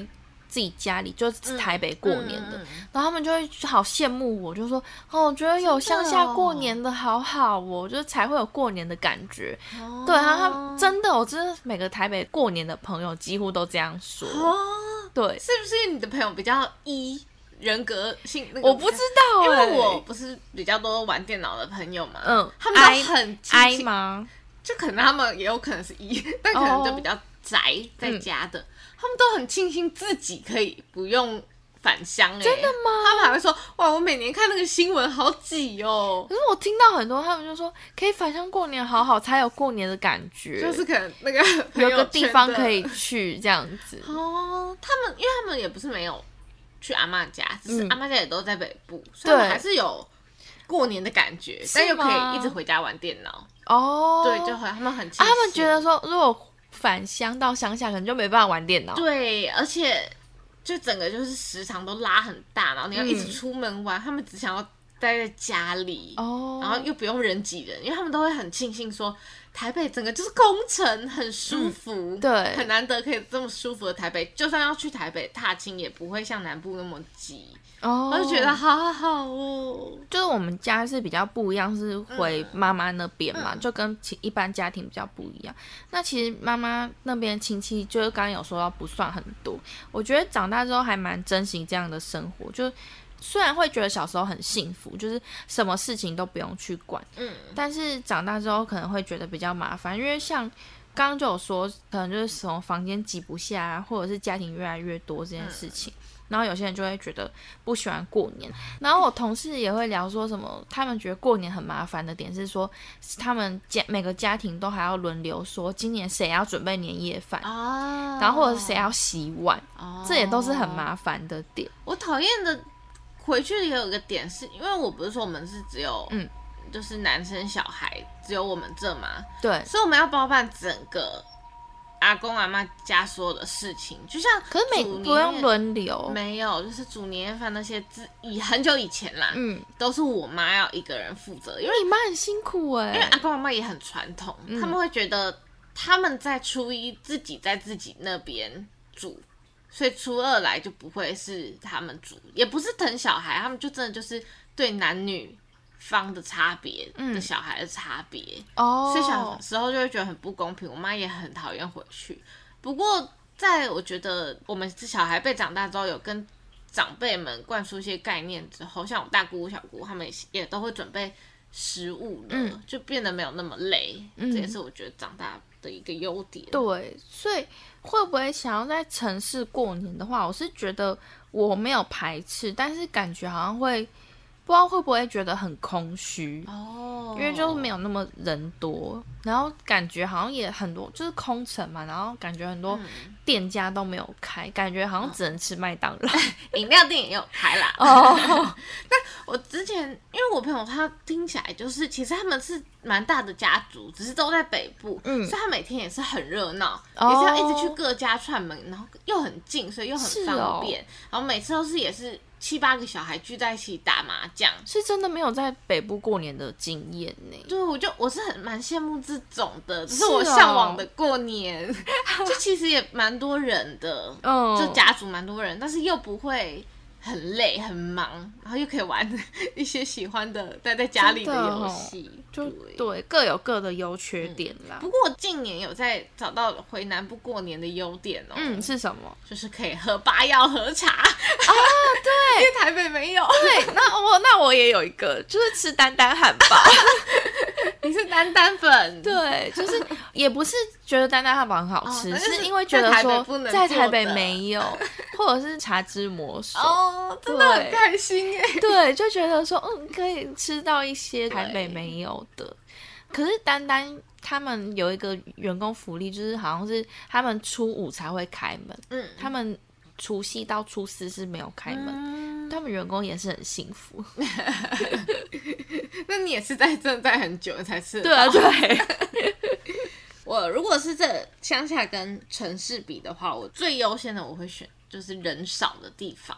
Speaker 1: 自己家里，就是台北过年的，
Speaker 2: 嗯嗯嗯
Speaker 1: 然后他们就会好羡慕我，就说哦，我觉得有乡下
Speaker 2: 哦
Speaker 1: 过年的好好哦，就是才会有过年的感觉。
Speaker 2: 哦
Speaker 1: 对，然后他们真的，我真的每个台北过年的朋友几乎都这样说。
Speaker 2: 哦，
Speaker 1: 对，
Speaker 2: 是不是你的朋友比较一人格性？那个
Speaker 1: 我不知道、
Speaker 2: 因
Speaker 1: 欸，
Speaker 2: 为我不是比较多玩电脑的朋友嘛，
Speaker 1: 嗯
Speaker 2: 他们
Speaker 1: 哀
Speaker 2: 都很亲
Speaker 1: 哀
Speaker 2: 近，
Speaker 1: 吗？哦
Speaker 2: 就可能他们也有可能是一，但可能就比较宅在家的，他们都很庆幸自己可以不用返乡、欸，真的吗？他们还会说，哇，我每年看那个新闻好挤哦
Speaker 1: 可，是我听到很多他们就说可以返乡过年，好好才有过年的感觉，
Speaker 2: 就是可能那个朋
Speaker 1: 嗯 有
Speaker 2: 友
Speaker 1: 个
Speaker 2: 圈
Speaker 1: 地
Speaker 2: 的
Speaker 1: 方可以去这样 子。
Speaker 2: 哦，他们因为他们也不是没有去阿嬷家，只是
Speaker 1: 嗯
Speaker 2: 阿嬷家也都在北部，所以他们
Speaker 1: 对
Speaker 2: 还是有过年的感觉，
Speaker 1: 是
Speaker 2: 但又可
Speaker 1: 吗
Speaker 2: 以一直回家玩电脑，
Speaker 1: 哦，
Speaker 2: 对，就很他们很庆
Speaker 1: 啊，
Speaker 2: 幸、
Speaker 1: 他们觉得说，如果返乡到乡下，可能就没办法玩电脑。
Speaker 2: 对，而且就整个就是时长都拉很大，然后你要一直
Speaker 1: 嗯
Speaker 2: 出门玩，他们只想要待在家里，
Speaker 1: 哦，
Speaker 2: 然后又不用人挤人，因为他们都会很庆幸说台北整个就是工程很舒服，
Speaker 1: 嗯对
Speaker 2: 很难得可以这么舒服的台北，就算要去台北踏青，也不会像南部那么挤，
Speaker 1: 哦，
Speaker 2: 我就觉得好好哦。
Speaker 1: 就是我们家是比较不一样，是回妈妈那边嘛，就跟其一般家庭比较不一样。那其实妈妈那边亲戚，就是刚刚有说到不算很多，我觉得长大之后还蛮珍惜这样的生活，就。虽然会觉得小时候很幸福，就是什么事情都不用去管，
Speaker 2: 嗯，
Speaker 1: 但是长大之后可能会觉得比较麻烦，因为像刚刚就有说，可能就是从房间挤不下、啊，或者是家庭越来越多这件事情。然后有些人就会觉得不喜欢过年，然后我同事也会聊说什么，他们觉得过年很麻烦的点是说，他们家每个家庭都还要轮流说今年谁要准备年夜饭，
Speaker 2: 啊
Speaker 1: 然后或者是谁要洗碗，
Speaker 2: 哦
Speaker 1: 这也都是很麻烦的点。
Speaker 2: 我讨厌的回去也有一个点是，因为我不是说我们是只有
Speaker 1: 嗯，
Speaker 2: 就是男生小孩只有我们这嘛，
Speaker 1: 对，
Speaker 2: 所以我们要包办整个阿公阿妈家所有的事情，就像
Speaker 1: 可是每
Speaker 2: 煮年
Speaker 1: 不用
Speaker 2: 夜
Speaker 1: 轮流，
Speaker 2: 没有，就是煮年夜饭那些，自以很久以前啦，
Speaker 1: 嗯，
Speaker 2: 都是我妈要一个人负责，因为
Speaker 1: 你妈很辛苦哎、
Speaker 2: 因为阿公阿妈也很传统，他们会觉得他们在初一自己在自己那边煮，所以初二来就不会是他们煮，也不是疼小孩，他们就真的就是对男女方的差别、的小孩的差别，
Speaker 1: 哦，
Speaker 2: 所以小时候就会觉得很不公平。我妈也很讨厌回去，不过在我觉得我们小孩被长大之后有跟。长辈们灌输一些概念之后，像我大姑、小姑他们也也都会准备食物了，
Speaker 1: 嗯
Speaker 2: 就变得没有那么累。
Speaker 1: 嗯
Speaker 2: 这也是我觉得长大的一个优点。
Speaker 1: 对，所以会不会想要在城市过年的话，我是觉得我没有排斥，但是感觉好像会不知道会不会觉得很空虚，
Speaker 2: 哦，
Speaker 1: 因为就是没
Speaker 2: 有
Speaker 1: 有那么人多，然后感觉好像也很多就是空城嘛，然后感觉很多
Speaker 2: 嗯
Speaker 1: 店家都没有开，感觉好像只能吃麦当 劳。
Speaker 2: 饮料店也有开啦。
Speaker 1: 哦，
Speaker 2: 我之前因为我朋友他听起来就是，其实他们是蛮大的家族，只是都在北部，
Speaker 1: 嗯
Speaker 2: 所以他每天也是很热闹，
Speaker 1: 哦
Speaker 2: 也是要一直去各家串门，然后又很近，所以又
Speaker 1: 是
Speaker 2: 很
Speaker 1: 哦
Speaker 2: 方便。然后每次都是也是七八个小孩聚在一起打麻将。
Speaker 1: 是真的没有在北部过年的经验呢。
Speaker 2: 对，我就我是很蛮羡慕这种的，只是
Speaker 1: 是
Speaker 2: 我
Speaker 1: 哦
Speaker 2: 向往的过年， 就其实也蛮多人 的，
Speaker 1: 嗯，
Speaker 2: 就家族蛮多人，但是又不会很累很忙，然后又可以玩一些喜欢的待在家里的
Speaker 1: 真的哦
Speaker 2: 游戏，
Speaker 1: 就
Speaker 2: 对。
Speaker 1: 对嗯各有各的优缺点啦。
Speaker 2: 不过我近年有在找到回南部过年的优点哦，
Speaker 1: 嗯，是什么？
Speaker 2: 就是可以喝八药喝茶，
Speaker 1: 啊，
Speaker 2: 因为台北没有。
Speaker 1: 对， 那我那我也有一个，就是吃丹丹汉堡。
Speaker 2: 你是丹丹粉，
Speaker 1: 对，就是也不是觉得丹丹汉堡很好吃，
Speaker 2: 哦那就是
Speaker 1: 是因为觉得
Speaker 2: 在台北不
Speaker 1: 说
Speaker 2: 能
Speaker 1: 在
Speaker 2: 做
Speaker 1: 台北
Speaker 2: 的
Speaker 1: 没 有，或者是茶之魔手。
Speaker 2: 哦，真的很
Speaker 1: 对
Speaker 2: 开心耶。
Speaker 1: 对，就觉得说，嗯，可以吃到一些台
Speaker 2: 对
Speaker 1: 北没有的。可是丹丹他们有一个员工福利，就是好像是他们初五才会开门，
Speaker 2: 嗯，
Speaker 1: 他们除夕到初四是没有开门，
Speaker 2: 嗯，
Speaker 1: 他们员工也是很幸福。
Speaker 2: 那你也是在正在很久才吃得
Speaker 1: 对啊，
Speaker 2: 到
Speaker 1: 对，
Speaker 2: 我如果是这乡下跟城市比的话，我最优先的我会选就是人少的地方，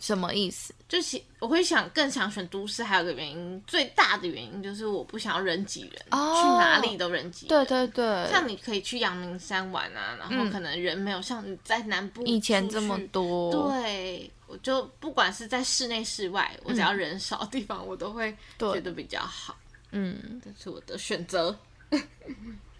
Speaker 1: 什么意思？
Speaker 2: 就其我会想更想选都市，还有个原因，最大的原因就是我不想要人挤人，
Speaker 1: 哦
Speaker 2: 去哪里都人挤人。
Speaker 1: 对对对，
Speaker 2: 像你可以去阳明山玩啊，然后
Speaker 1: 嗯
Speaker 2: 可能人没有像你在南部
Speaker 1: 以前这么
Speaker 2: 出去。
Speaker 1: 多，
Speaker 2: 对，我就不管是在室内室外，我只要人少的地方，我都会
Speaker 1: 嗯 对
Speaker 2: 觉得比较好。
Speaker 1: 嗯，
Speaker 2: 这是我的选择。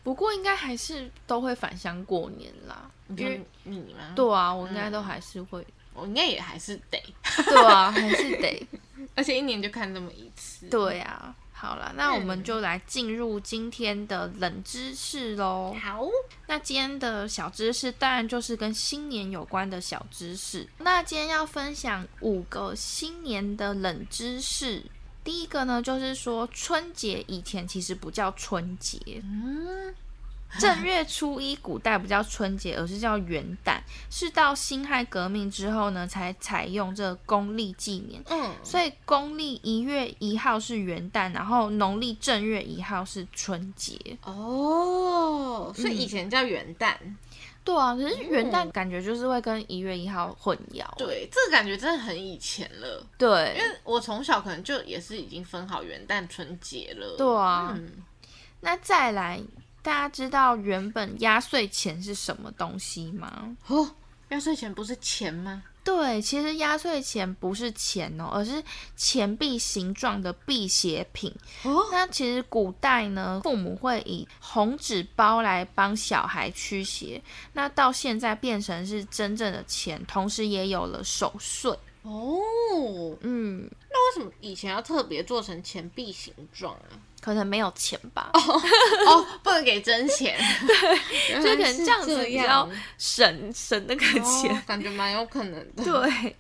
Speaker 1: 不过应该还是都会返乡过年啦，
Speaker 2: 你
Speaker 1: 因为
Speaker 2: 说你吗？
Speaker 1: 对啊，我应
Speaker 2: 嗯
Speaker 1: 该都还是会，
Speaker 2: 我应该也还是得，
Speaker 1: 对啊，还是得，
Speaker 2: 而且一年就看这么一次。
Speaker 1: 对啊。好了，那我们就来进入今天的冷知识喽。
Speaker 2: 好，
Speaker 1: 那今天的小知识当然就是跟新年有关的小知识。那今天要分享五个新年的冷知识。第一个呢，就是说春节以前其实不叫春节，
Speaker 2: 嗯，
Speaker 1: 正月初一古代不叫春节，而是叫元旦，是到辛亥革命之后呢才采用这个公历纪年。
Speaker 2: 嗯，
Speaker 1: 所以公历一月一号是元旦，然后农历正月一号是春节。
Speaker 2: 哦，所以
Speaker 1: 嗯
Speaker 2: 以前叫元旦，
Speaker 1: 对啊，可是元旦感觉就是会跟一月一号混淆。
Speaker 2: 对，这个感觉真的很以前了。因
Speaker 1: 对
Speaker 2: 为我从小可能就也是已经分好元旦、春节了。
Speaker 1: 对啊，
Speaker 2: 嗯，
Speaker 1: 那再来，大家知道原本压岁钱是什么东西吗？
Speaker 2: 哦，压岁钱不是钱吗？
Speaker 1: 对，其实压岁钱不是钱哦，而是钱币形状的辟邪品。
Speaker 2: 哦，
Speaker 1: 那其实古代呢，父母会以红纸包来帮小孩驱邪，那到现在变成是真正的钱，同时也有了守岁。
Speaker 2: 哦，
Speaker 1: 嗯，
Speaker 2: 那为什么以前要特别做成钱币形状 啊？
Speaker 1: 可能没有钱吧，
Speaker 2: 哦，不能给真钱，对，
Speaker 1: 所以可能这样子比较省省那个钱。
Speaker 2: 哦感觉蛮有可能的。
Speaker 1: 对，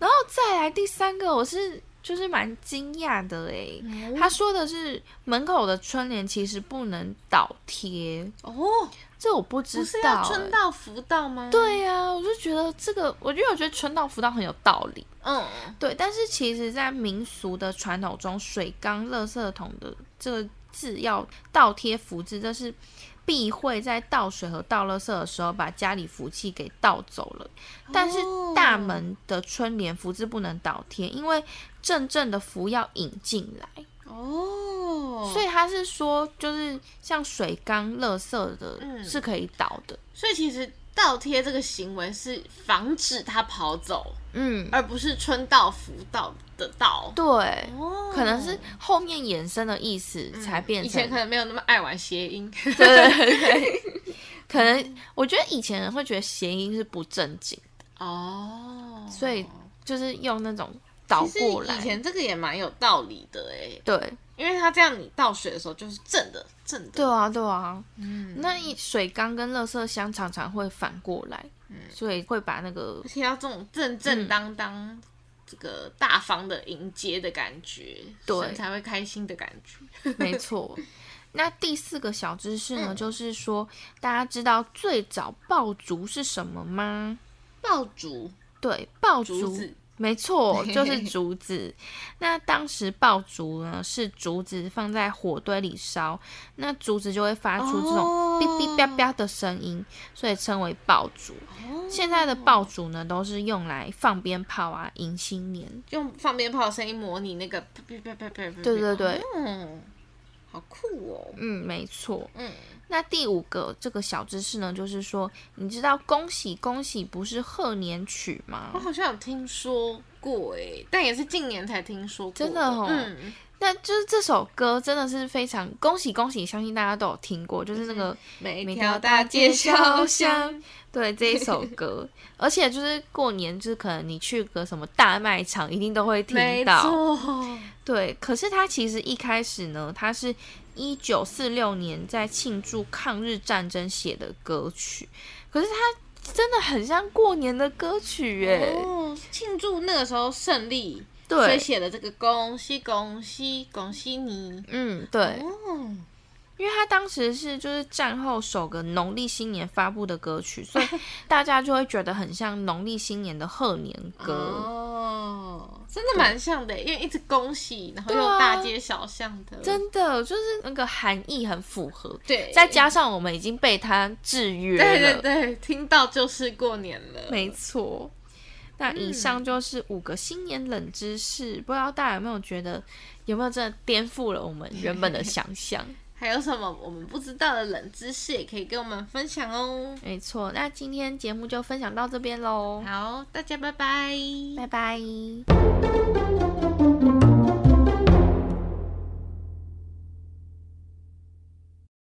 Speaker 1: 然后再来第三个，我是就是蛮惊讶的诶。
Speaker 2: 嗯
Speaker 1: 他说的是门口的春联其实不能倒贴，
Speaker 2: 哦，
Speaker 1: 这我不知
Speaker 2: 不是欸
Speaker 1: 道
Speaker 2: 要
Speaker 1: 诶。
Speaker 2: 春到福到吗？，
Speaker 1: 对呀、我就觉得这个，我因为我觉得春到福到很有道理。
Speaker 2: 嗯，
Speaker 1: 对，但是其实，在民俗的传统中，水缸、垃圾桶的这个字要倒贴福字，这是避讳在倒水和倒垃圾的时候把家里福气给倒走了。但是
Speaker 2: 哦
Speaker 1: 大门的春联福字不能倒贴，因为真正的福要引进来，
Speaker 2: 哦，
Speaker 1: 所以他是说，就是像水缸、垃圾的
Speaker 2: 嗯
Speaker 1: 是可以倒的。
Speaker 2: 所以其实倒贴这个行为是防止他跑走，
Speaker 1: 嗯，
Speaker 2: 而不是春到福到的到。
Speaker 1: 对。
Speaker 2: 哦
Speaker 1: 可能是后面衍生的意思才
Speaker 2: 嗯
Speaker 1: 变
Speaker 2: 以
Speaker 1: 成、
Speaker 2: 前可能没有那么爱玩谐音。
Speaker 1: 对对对，可能我觉得以前人会觉得谐音是不正经，
Speaker 2: 哦，
Speaker 1: 所以就是用那种倒
Speaker 2: 其实
Speaker 1: 过来
Speaker 2: 以。前这个也蛮有道理的哎，
Speaker 1: 对
Speaker 2: 因为他这样你倒水的时候就是正的正的。
Speaker 1: 对啊对啊，
Speaker 2: 嗯，
Speaker 1: 那一水缸跟垃圾箱常常会反过来，
Speaker 2: 嗯
Speaker 1: 所以会把那个
Speaker 2: 而且要这种正
Speaker 1: 嗯
Speaker 2: 正当当。这个大方的迎接的感觉，
Speaker 1: 对
Speaker 2: 神才会开心的感觉。
Speaker 1: 没 错。那第四个小知识
Speaker 2: 嗯
Speaker 1: 呢，就是说大家知道最早爆竹是什么吗？
Speaker 2: 爆竹、
Speaker 1: 对，爆
Speaker 2: 竹
Speaker 1: 竹
Speaker 2: 子，
Speaker 1: 没错，就是竹子。那当时爆竹呢，是竹子放在火堆里烧，那竹子就会发出这种
Speaker 2: 哦
Speaker 1: 哔哔叭叭的声音，所以称为爆竹。
Speaker 2: 哦
Speaker 1: 现在的爆竹呢，都是用来放鞭炮啊，迎新年。
Speaker 2: 用放鞭炮的声音模拟那个啪啪啪啪啪啪。
Speaker 1: 对对对，
Speaker 2: 嗯，好酷哦。
Speaker 1: 嗯，没错。
Speaker 2: 嗯，
Speaker 1: 那第五个这个小知识呢，就是说，你知道“恭喜恭喜”不是贺年曲
Speaker 2: 欸
Speaker 1: 吗
Speaker 2: 我？好像有听说过哎，但也是近年才听说过。
Speaker 1: 真的哦
Speaker 2: 嗯，
Speaker 1: 但就是这首歌真的是非常恭喜恭喜，相信大家都有听过，就是那个
Speaker 2: 每
Speaker 1: 每
Speaker 2: 条
Speaker 1: 条
Speaker 2: 大
Speaker 1: 大
Speaker 2: 街
Speaker 1: 街
Speaker 2: 小
Speaker 1: 小
Speaker 2: 巷
Speaker 1: 巷， 对这一首 歌，而且就是过年，就是可能你去个什么大卖场，一定都会听
Speaker 2: 没
Speaker 1: 到。
Speaker 2: 错，
Speaker 1: 对，可是它其实一开始呢，它是一九四六年在庆祝抗日战争写的歌曲，可是它真的很像过年的歌曲耶。
Speaker 2: 哦，庆祝那个时候胜利，所以
Speaker 1: 对，
Speaker 2: 写了这个恭喜恭喜恭喜你。
Speaker 1: 嗯，对。
Speaker 2: 哦，
Speaker 1: 因为他当时是就是战后首个农历新年发布的歌 曲，所以大家就会觉得很像农历新年的贺年歌，
Speaker 2: 哦，真的蛮像的，因为一直恭喜，然后又
Speaker 1: 对啊
Speaker 2: 大街小巷的，
Speaker 1: 真的就是那个含义很符合。
Speaker 2: 对，
Speaker 1: 再加上我们已经被他制约了，
Speaker 2: 对对对，听到就是过年了，
Speaker 1: 没错。那以上就是五个新年冷知识，不知道大家有没有觉得有没有真的颠覆了我们原本的想象？
Speaker 2: 还有什么我们不知道的冷知识也可以跟我们分享哦。
Speaker 1: 没错，那今天节目就分享到这边喽，
Speaker 2: 好，大家拜拜，
Speaker 1: 拜拜。